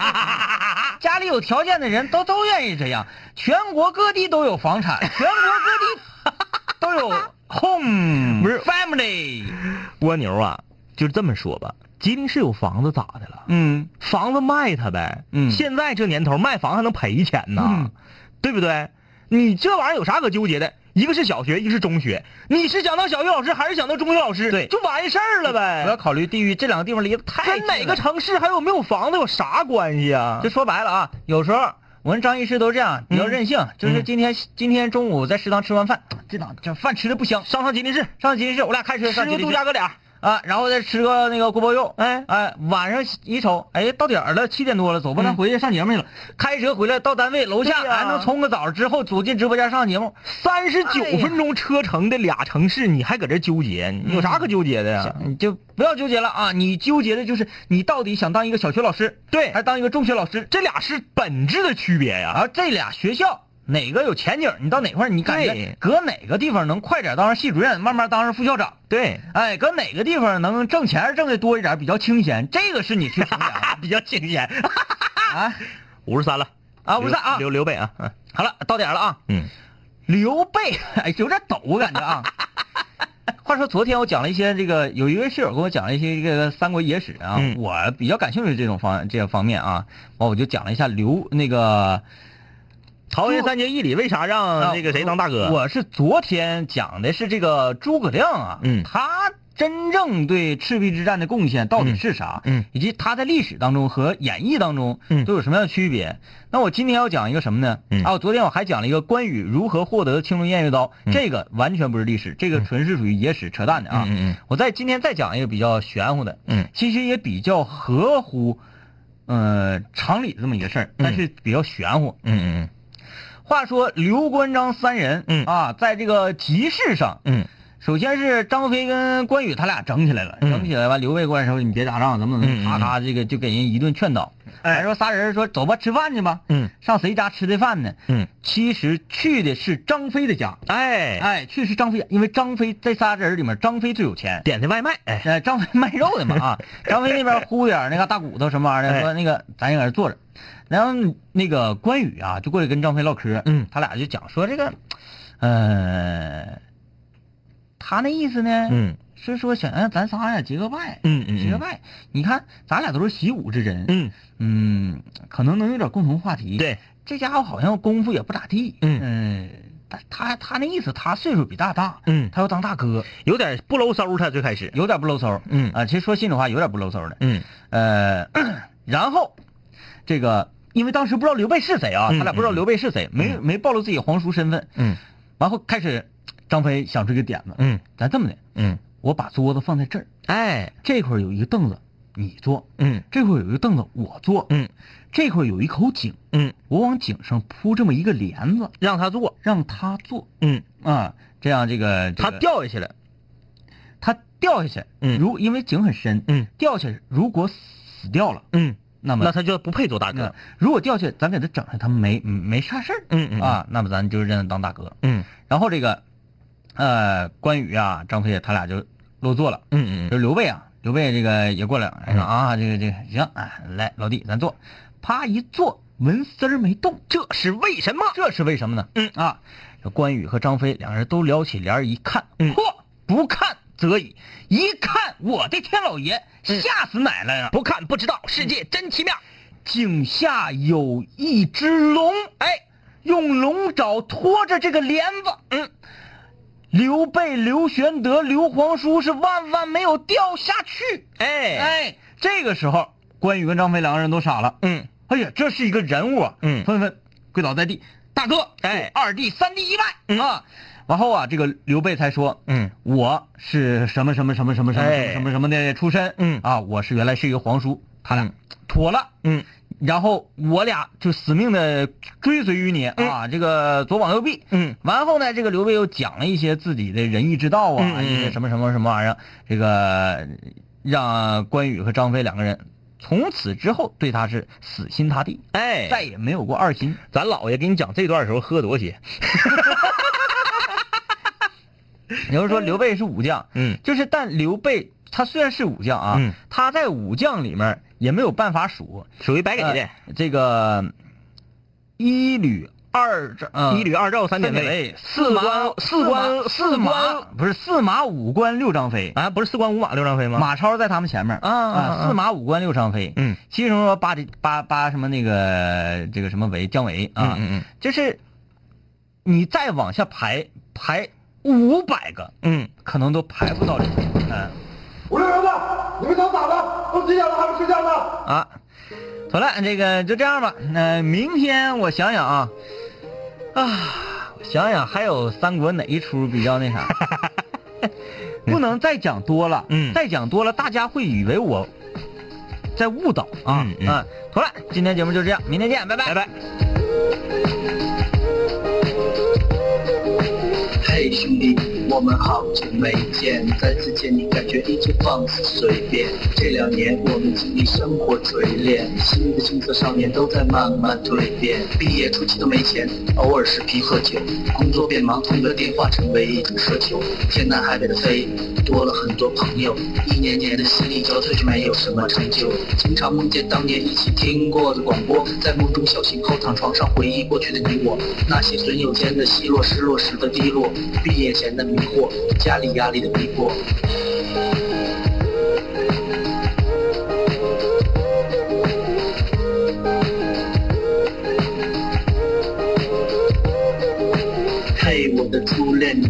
[SPEAKER 2] 家里有条件的人都都愿意这样，全国各地都有房产，全 国各地都有 home，
[SPEAKER 3] 不是
[SPEAKER 2] family，
[SPEAKER 3] 蜗牛啊，就这么说吧，吉林是有房子咋的了？
[SPEAKER 2] 嗯
[SPEAKER 3] 房子卖它呗。
[SPEAKER 2] 嗯
[SPEAKER 3] 现在这年头卖房还能赔钱呢，
[SPEAKER 2] 嗯
[SPEAKER 3] 对不对？你这玩意儿有啥可纠结的？一个是小学，一个是中学，你是想当小学老师还是想当中学老师？
[SPEAKER 2] 对
[SPEAKER 3] 就完事儿了
[SPEAKER 2] 不要
[SPEAKER 3] 呗。
[SPEAKER 2] 考虑地域，这两个地方离得太
[SPEAKER 3] 跟
[SPEAKER 2] 近
[SPEAKER 3] 哪
[SPEAKER 2] 了
[SPEAKER 3] 个城市还有没有房子有啥关系啊
[SPEAKER 2] 就？说白了啊，有时候我跟张医师都这样，比较
[SPEAKER 3] 嗯
[SPEAKER 2] 任性。就是
[SPEAKER 3] 嗯
[SPEAKER 2] 今天今天中午在食堂吃完饭，这档这饭吃的不香，
[SPEAKER 3] 上趟吉林市
[SPEAKER 2] 上吉林市我俩开车
[SPEAKER 3] 吃
[SPEAKER 2] 上吉
[SPEAKER 3] 个
[SPEAKER 2] 林
[SPEAKER 3] 杜
[SPEAKER 2] 市
[SPEAKER 3] 家哥俩，
[SPEAKER 2] 啊，然后再吃个那个锅包肉。
[SPEAKER 3] 哎，
[SPEAKER 2] 哎，晚上一瞅，哎，到点儿了，七点多了，走吧，咱
[SPEAKER 3] 嗯
[SPEAKER 2] 回去上节目去了。开车回来到单位楼下，哎
[SPEAKER 3] 对呀
[SPEAKER 2] 还能冲个澡儿，之后走进直播间上节目。
[SPEAKER 3] 三十九
[SPEAKER 2] 哎呀
[SPEAKER 3] 分钟车程的俩城市，你还搁这纠结？你有啥可纠结的哎呀？
[SPEAKER 2] 啊你就不要纠结了啊！你纠结的就是你到底想当一个小学老师，
[SPEAKER 3] 对
[SPEAKER 2] 还是当一个中学老师？
[SPEAKER 3] 这俩是本质的区别呀。
[SPEAKER 2] 然后啊这俩学校哪个有前景，你到哪块儿你感觉
[SPEAKER 3] 对
[SPEAKER 2] 搁哪个地方能快点当上系主任，慢慢当上副校长？
[SPEAKER 3] 对，
[SPEAKER 2] 哎，搁哪个地方能挣钱挣的多一点，比较清闲？这个是你去衡量的
[SPEAKER 3] 比较清闲。
[SPEAKER 2] 啊
[SPEAKER 3] 五十三了
[SPEAKER 2] 啊！我说啊，
[SPEAKER 3] 刘刘备啊，嗯
[SPEAKER 2] 好了，到点了啊。
[SPEAKER 3] 嗯，
[SPEAKER 2] 刘备，哎，有点抖，我感觉 啊。话说昨天我讲了一些这个，有一位室友跟我讲了一些这个三国野史啊，
[SPEAKER 3] 嗯
[SPEAKER 2] 我比较感兴趣这种方这个方面啊，完我就讲了一下刘那个
[SPEAKER 3] 桃园三结义里为啥让
[SPEAKER 2] 啊
[SPEAKER 3] 呃那个谁当大哥？
[SPEAKER 2] 我是昨天讲的是这个诸葛亮啊，
[SPEAKER 3] 嗯
[SPEAKER 2] 他真正对赤壁之战的贡献到底是啥，
[SPEAKER 3] 嗯嗯
[SPEAKER 2] 以及他在历史当中和演义当中
[SPEAKER 3] 嗯
[SPEAKER 2] 都有什么样的区别。那我今天要讲一个什么呢？
[SPEAKER 3] 嗯
[SPEAKER 2] 啊，我昨天我还讲了一个关羽如何获得青龙偃月刀，
[SPEAKER 3] 嗯
[SPEAKER 2] 这个完全不是历史，这个纯是属于野史扯淡的啊。
[SPEAKER 3] 嗯嗯嗯
[SPEAKER 2] 我在今天再讲一个比较玄乎的，
[SPEAKER 3] 嗯，
[SPEAKER 2] 其实也比较合乎。呃，常理的这么一个事儿，
[SPEAKER 3] 嗯
[SPEAKER 2] 但是比较玄乎。
[SPEAKER 3] 嗯嗯
[SPEAKER 2] 话说刘关张三人，
[SPEAKER 3] 嗯
[SPEAKER 2] 啊，在这个集市上，
[SPEAKER 3] 嗯
[SPEAKER 2] 首先是张飞跟关羽他俩整起来了，
[SPEAKER 3] 嗯
[SPEAKER 2] 整起来完，刘备过来说你别打仗，怎么怎么，
[SPEAKER 3] 嗯嗯
[SPEAKER 2] 咔咔这个就给人一顿劝导，
[SPEAKER 3] 哎
[SPEAKER 2] 还说仨人说走吧，吃饭去吧，
[SPEAKER 3] 嗯
[SPEAKER 2] 上谁家吃的饭呢？
[SPEAKER 3] 嗯，
[SPEAKER 2] 其实去的是张飞的家，
[SPEAKER 3] 哎，
[SPEAKER 2] 哎，去是张飞，因为张飞这仨人里面，张飞最有钱。
[SPEAKER 3] 点的外卖，哎，
[SPEAKER 2] 呃，张飞卖肉的嘛 啊，张飞那边呼点那个大骨头什么玩意儿的，
[SPEAKER 3] 哎
[SPEAKER 2] 说那个咱也搁这坐着，然后那个关羽啊就过来跟张飞唠嗑，
[SPEAKER 3] 嗯
[SPEAKER 2] 他俩就讲说这个，呃，他那意思呢，
[SPEAKER 3] 嗯
[SPEAKER 2] 是说想让咱仨呀结个拜，
[SPEAKER 3] 嗯
[SPEAKER 2] 结个拜，你看咱俩都是习武之人，
[SPEAKER 3] 嗯
[SPEAKER 2] 嗯，可能能有点共同话题，
[SPEAKER 3] 对，
[SPEAKER 2] 这家伙好像功夫也不咋地，呃
[SPEAKER 3] 嗯
[SPEAKER 2] 但他他那意思他岁数比大大，
[SPEAKER 3] 嗯，
[SPEAKER 2] 他要当大哥，
[SPEAKER 3] 有点不搂搜，他最开始，
[SPEAKER 2] 有点不搂嗖儿，
[SPEAKER 3] 嗯
[SPEAKER 2] 啊，其实说心里话，有点不搂嗖儿的。
[SPEAKER 3] 嗯
[SPEAKER 2] 呃，然后这个，因为当时不知道刘备是谁啊，
[SPEAKER 3] 嗯
[SPEAKER 2] 他俩不知道刘备是谁，没没暴露自己皇叔身份。
[SPEAKER 3] 嗯
[SPEAKER 2] 然后开始，张飞想出一个点子，
[SPEAKER 3] 嗯
[SPEAKER 2] 咱这么的，
[SPEAKER 3] 嗯，
[SPEAKER 2] 我把桌子放在这儿，
[SPEAKER 3] 哎，
[SPEAKER 2] 这块儿有一个凳子你坐，
[SPEAKER 3] 嗯
[SPEAKER 2] 这块儿有一个凳子我坐，
[SPEAKER 3] 嗯
[SPEAKER 2] 这块儿有一口井，
[SPEAKER 3] 嗯，
[SPEAKER 2] 我往井上铺这么一个帘子，
[SPEAKER 3] 让他坐，
[SPEAKER 2] 让他坐
[SPEAKER 3] 嗯，
[SPEAKER 2] 啊，这样这个、这
[SPEAKER 3] 他
[SPEAKER 2] 个
[SPEAKER 3] 掉下去了，
[SPEAKER 2] 他掉下去，
[SPEAKER 3] 嗯
[SPEAKER 2] 如因为井很深，
[SPEAKER 3] 嗯
[SPEAKER 2] 掉下去如果死掉了，
[SPEAKER 3] 嗯，
[SPEAKER 2] 那么
[SPEAKER 3] 那他就不配做大哥
[SPEAKER 2] 那，如果掉下去，咱给他整上，他没没啥事儿。
[SPEAKER 3] 嗯嗯
[SPEAKER 2] 啊，那么咱就认他当大哥。
[SPEAKER 3] 嗯
[SPEAKER 2] 然后这个，呃，关羽啊，张飞他俩就落座了。
[SPEAKER 3] 嗯
[SPEAKER 2] 就刘备啊，刘备这个也过来了，说啊，这个这个行，哎，来老弟，咱坐。啪一坐，纹丝儿没动，这是为什么？这是为什么呢？
[SPEAKER 3] 嗯
[SPEAKER 2] 啊，这关羽和张飞两人都撩起帘儿一看，
[SPEAKER 3] 嗯
[SPEAKER 2] 嚯，不看则已，一看，我的天老爷，吓死奶奶了！
[SPEAKER 3] 嗯不看不知道，世界真奇妙。
[SPEAKER 2] 井下有一只龙，哎，用龙爪拖着这个帘子。嗯，刘备、刘玄德、刘皇叔是万万没有掉下去。
[SPEAKER 3] 哎
[SPEAKER 2] 哎，这个时候，关羽跟张飞两个人都傻了。
[SPEAKER 3] 嗯，
[SPEAKER 2] 哎呀，这是一个人物啊！
[SPEAKER 3] 嗯
[SPEAKER 2] 纷纷跪倒在地，大哥，
[SPEAKER 3] 哎
[SPEAKER 2] 二弟、三弟一拜、啊。然后啊，这个刘备才说，
[SPEAKER 3] 嗯，
[SPEAKER 2] 我是什么什么什么什么什么什么
[SPEAKER 3] 哎
[SPEAKER 2] 什么什么的出身，
[SPEAKER 3] 嗯
[SPEAKER 2] 啊，我是原来是一个皇叔，他俩
[SPEAKER 3] 嗯
[SPEAKER 2] 妥了，
[SPEAKER 3] 嗯，
[SPEAKER 2] 然后我俩就死命的追随于你啊，这个左膀右臂，
[SPEAKER 3] 嗯，
[SPEAKER 2] 完后呢，这个刘备又讲了一些自己的仁义之道啊，
[SPEAKER 3] 嗯嗯
[SPEAKER 2] 一些什么什么什么玩意儿，这个让关羽和张飞两个人从此之后对他是死心塌地，
[SPEAKER 3] 哎，
[SPEAKER 2] 再也没有过二心。
[SPEAKER 3] 咱姥爷给你讲这段的时候喝多些。
[SPEAKER 2] 你要说刘备是武 将，
[SPEAKER 3] 嗯
[SPEAKER 2] 就是但刘备他虽然是武将啊，
[SPEAKER 3] 嗯
[SPEAKER 2] 他在武将里面也没有办法数，呃
[SPEAKER 3] 属于白给的。
[SPEAKER 2] 呃这个一吕
[SPEAKER 3] 二照
[SPEAKER 2] 嗯
[SPEAKER 3] 一吕二照
[SPEAKER 2] 三
[SPEAKER 3] 三点
[SPEAKER 2] 点
[SPEAKER 3] 位
[SPEAKER 2] 位，
[SPEAKER 3] 四关四关
[SPEAKER 2] 四马
[SPEAKER 3] 关
[SPEAKER 2] 不是四马五关六张飞，
[SPEAKER 3] 啊，不是四关五马六张飞吗？
[SPEAKER 2] 马超在他们前面
[SPEAKER 3] 啊啊啊
[SPEAKER 2] 四马五关六张飞，
[SPEAKER 3] 嗯，
[SPEAKER 2] 其中说八的八八什么那个这个什么维姜维啊，
[SPEAKER 3] 嗯
[SPEAKER 2] 就是你再往下排排五百个，
[SPEAKER 3] 嗯
[SPEAKER 2] 可能都排不到里面，嗯
[SPEAKER 4] 五六零的，你们想咋的？都几点了还不睡觉呢？
[SPEAKER 2] 啊，好了，这个就这样吧，那、明天我想想啊，啊，我想想还有三国哪一出比较 那啥。不能再讲多了，
[SPEAKER 3] 嗯
[SPEAKER 2] 再讲多了，大家会以为我在误导啊
[SPEAKER 3] 嗯嗯
[SPEAKER 2] 啊！好了，今天节目就这样，明天见，拜拜，拜拜。
[SPEAKER 5] 嘿，兄弟，我们好久没见，再次见你感觉依旧放肆随便。这两年我们经历生活锤炼，新的青涩少年都在慢慢蜕变。毕业初期都没钱，偶尔是皮喝酒，工作变忙，通个电话成为一种奢求。天南海北的飞，多了很多朋友，一年年的心力交瘁却没有什么成就。经常梦见当年一起听过的广播，在梦中小醒后躺床上回忆过去的你我，那些损友间的奚落，失落时的低落，毕业前的迷惑，家里压力的逼迫。嘿，我的初恋，你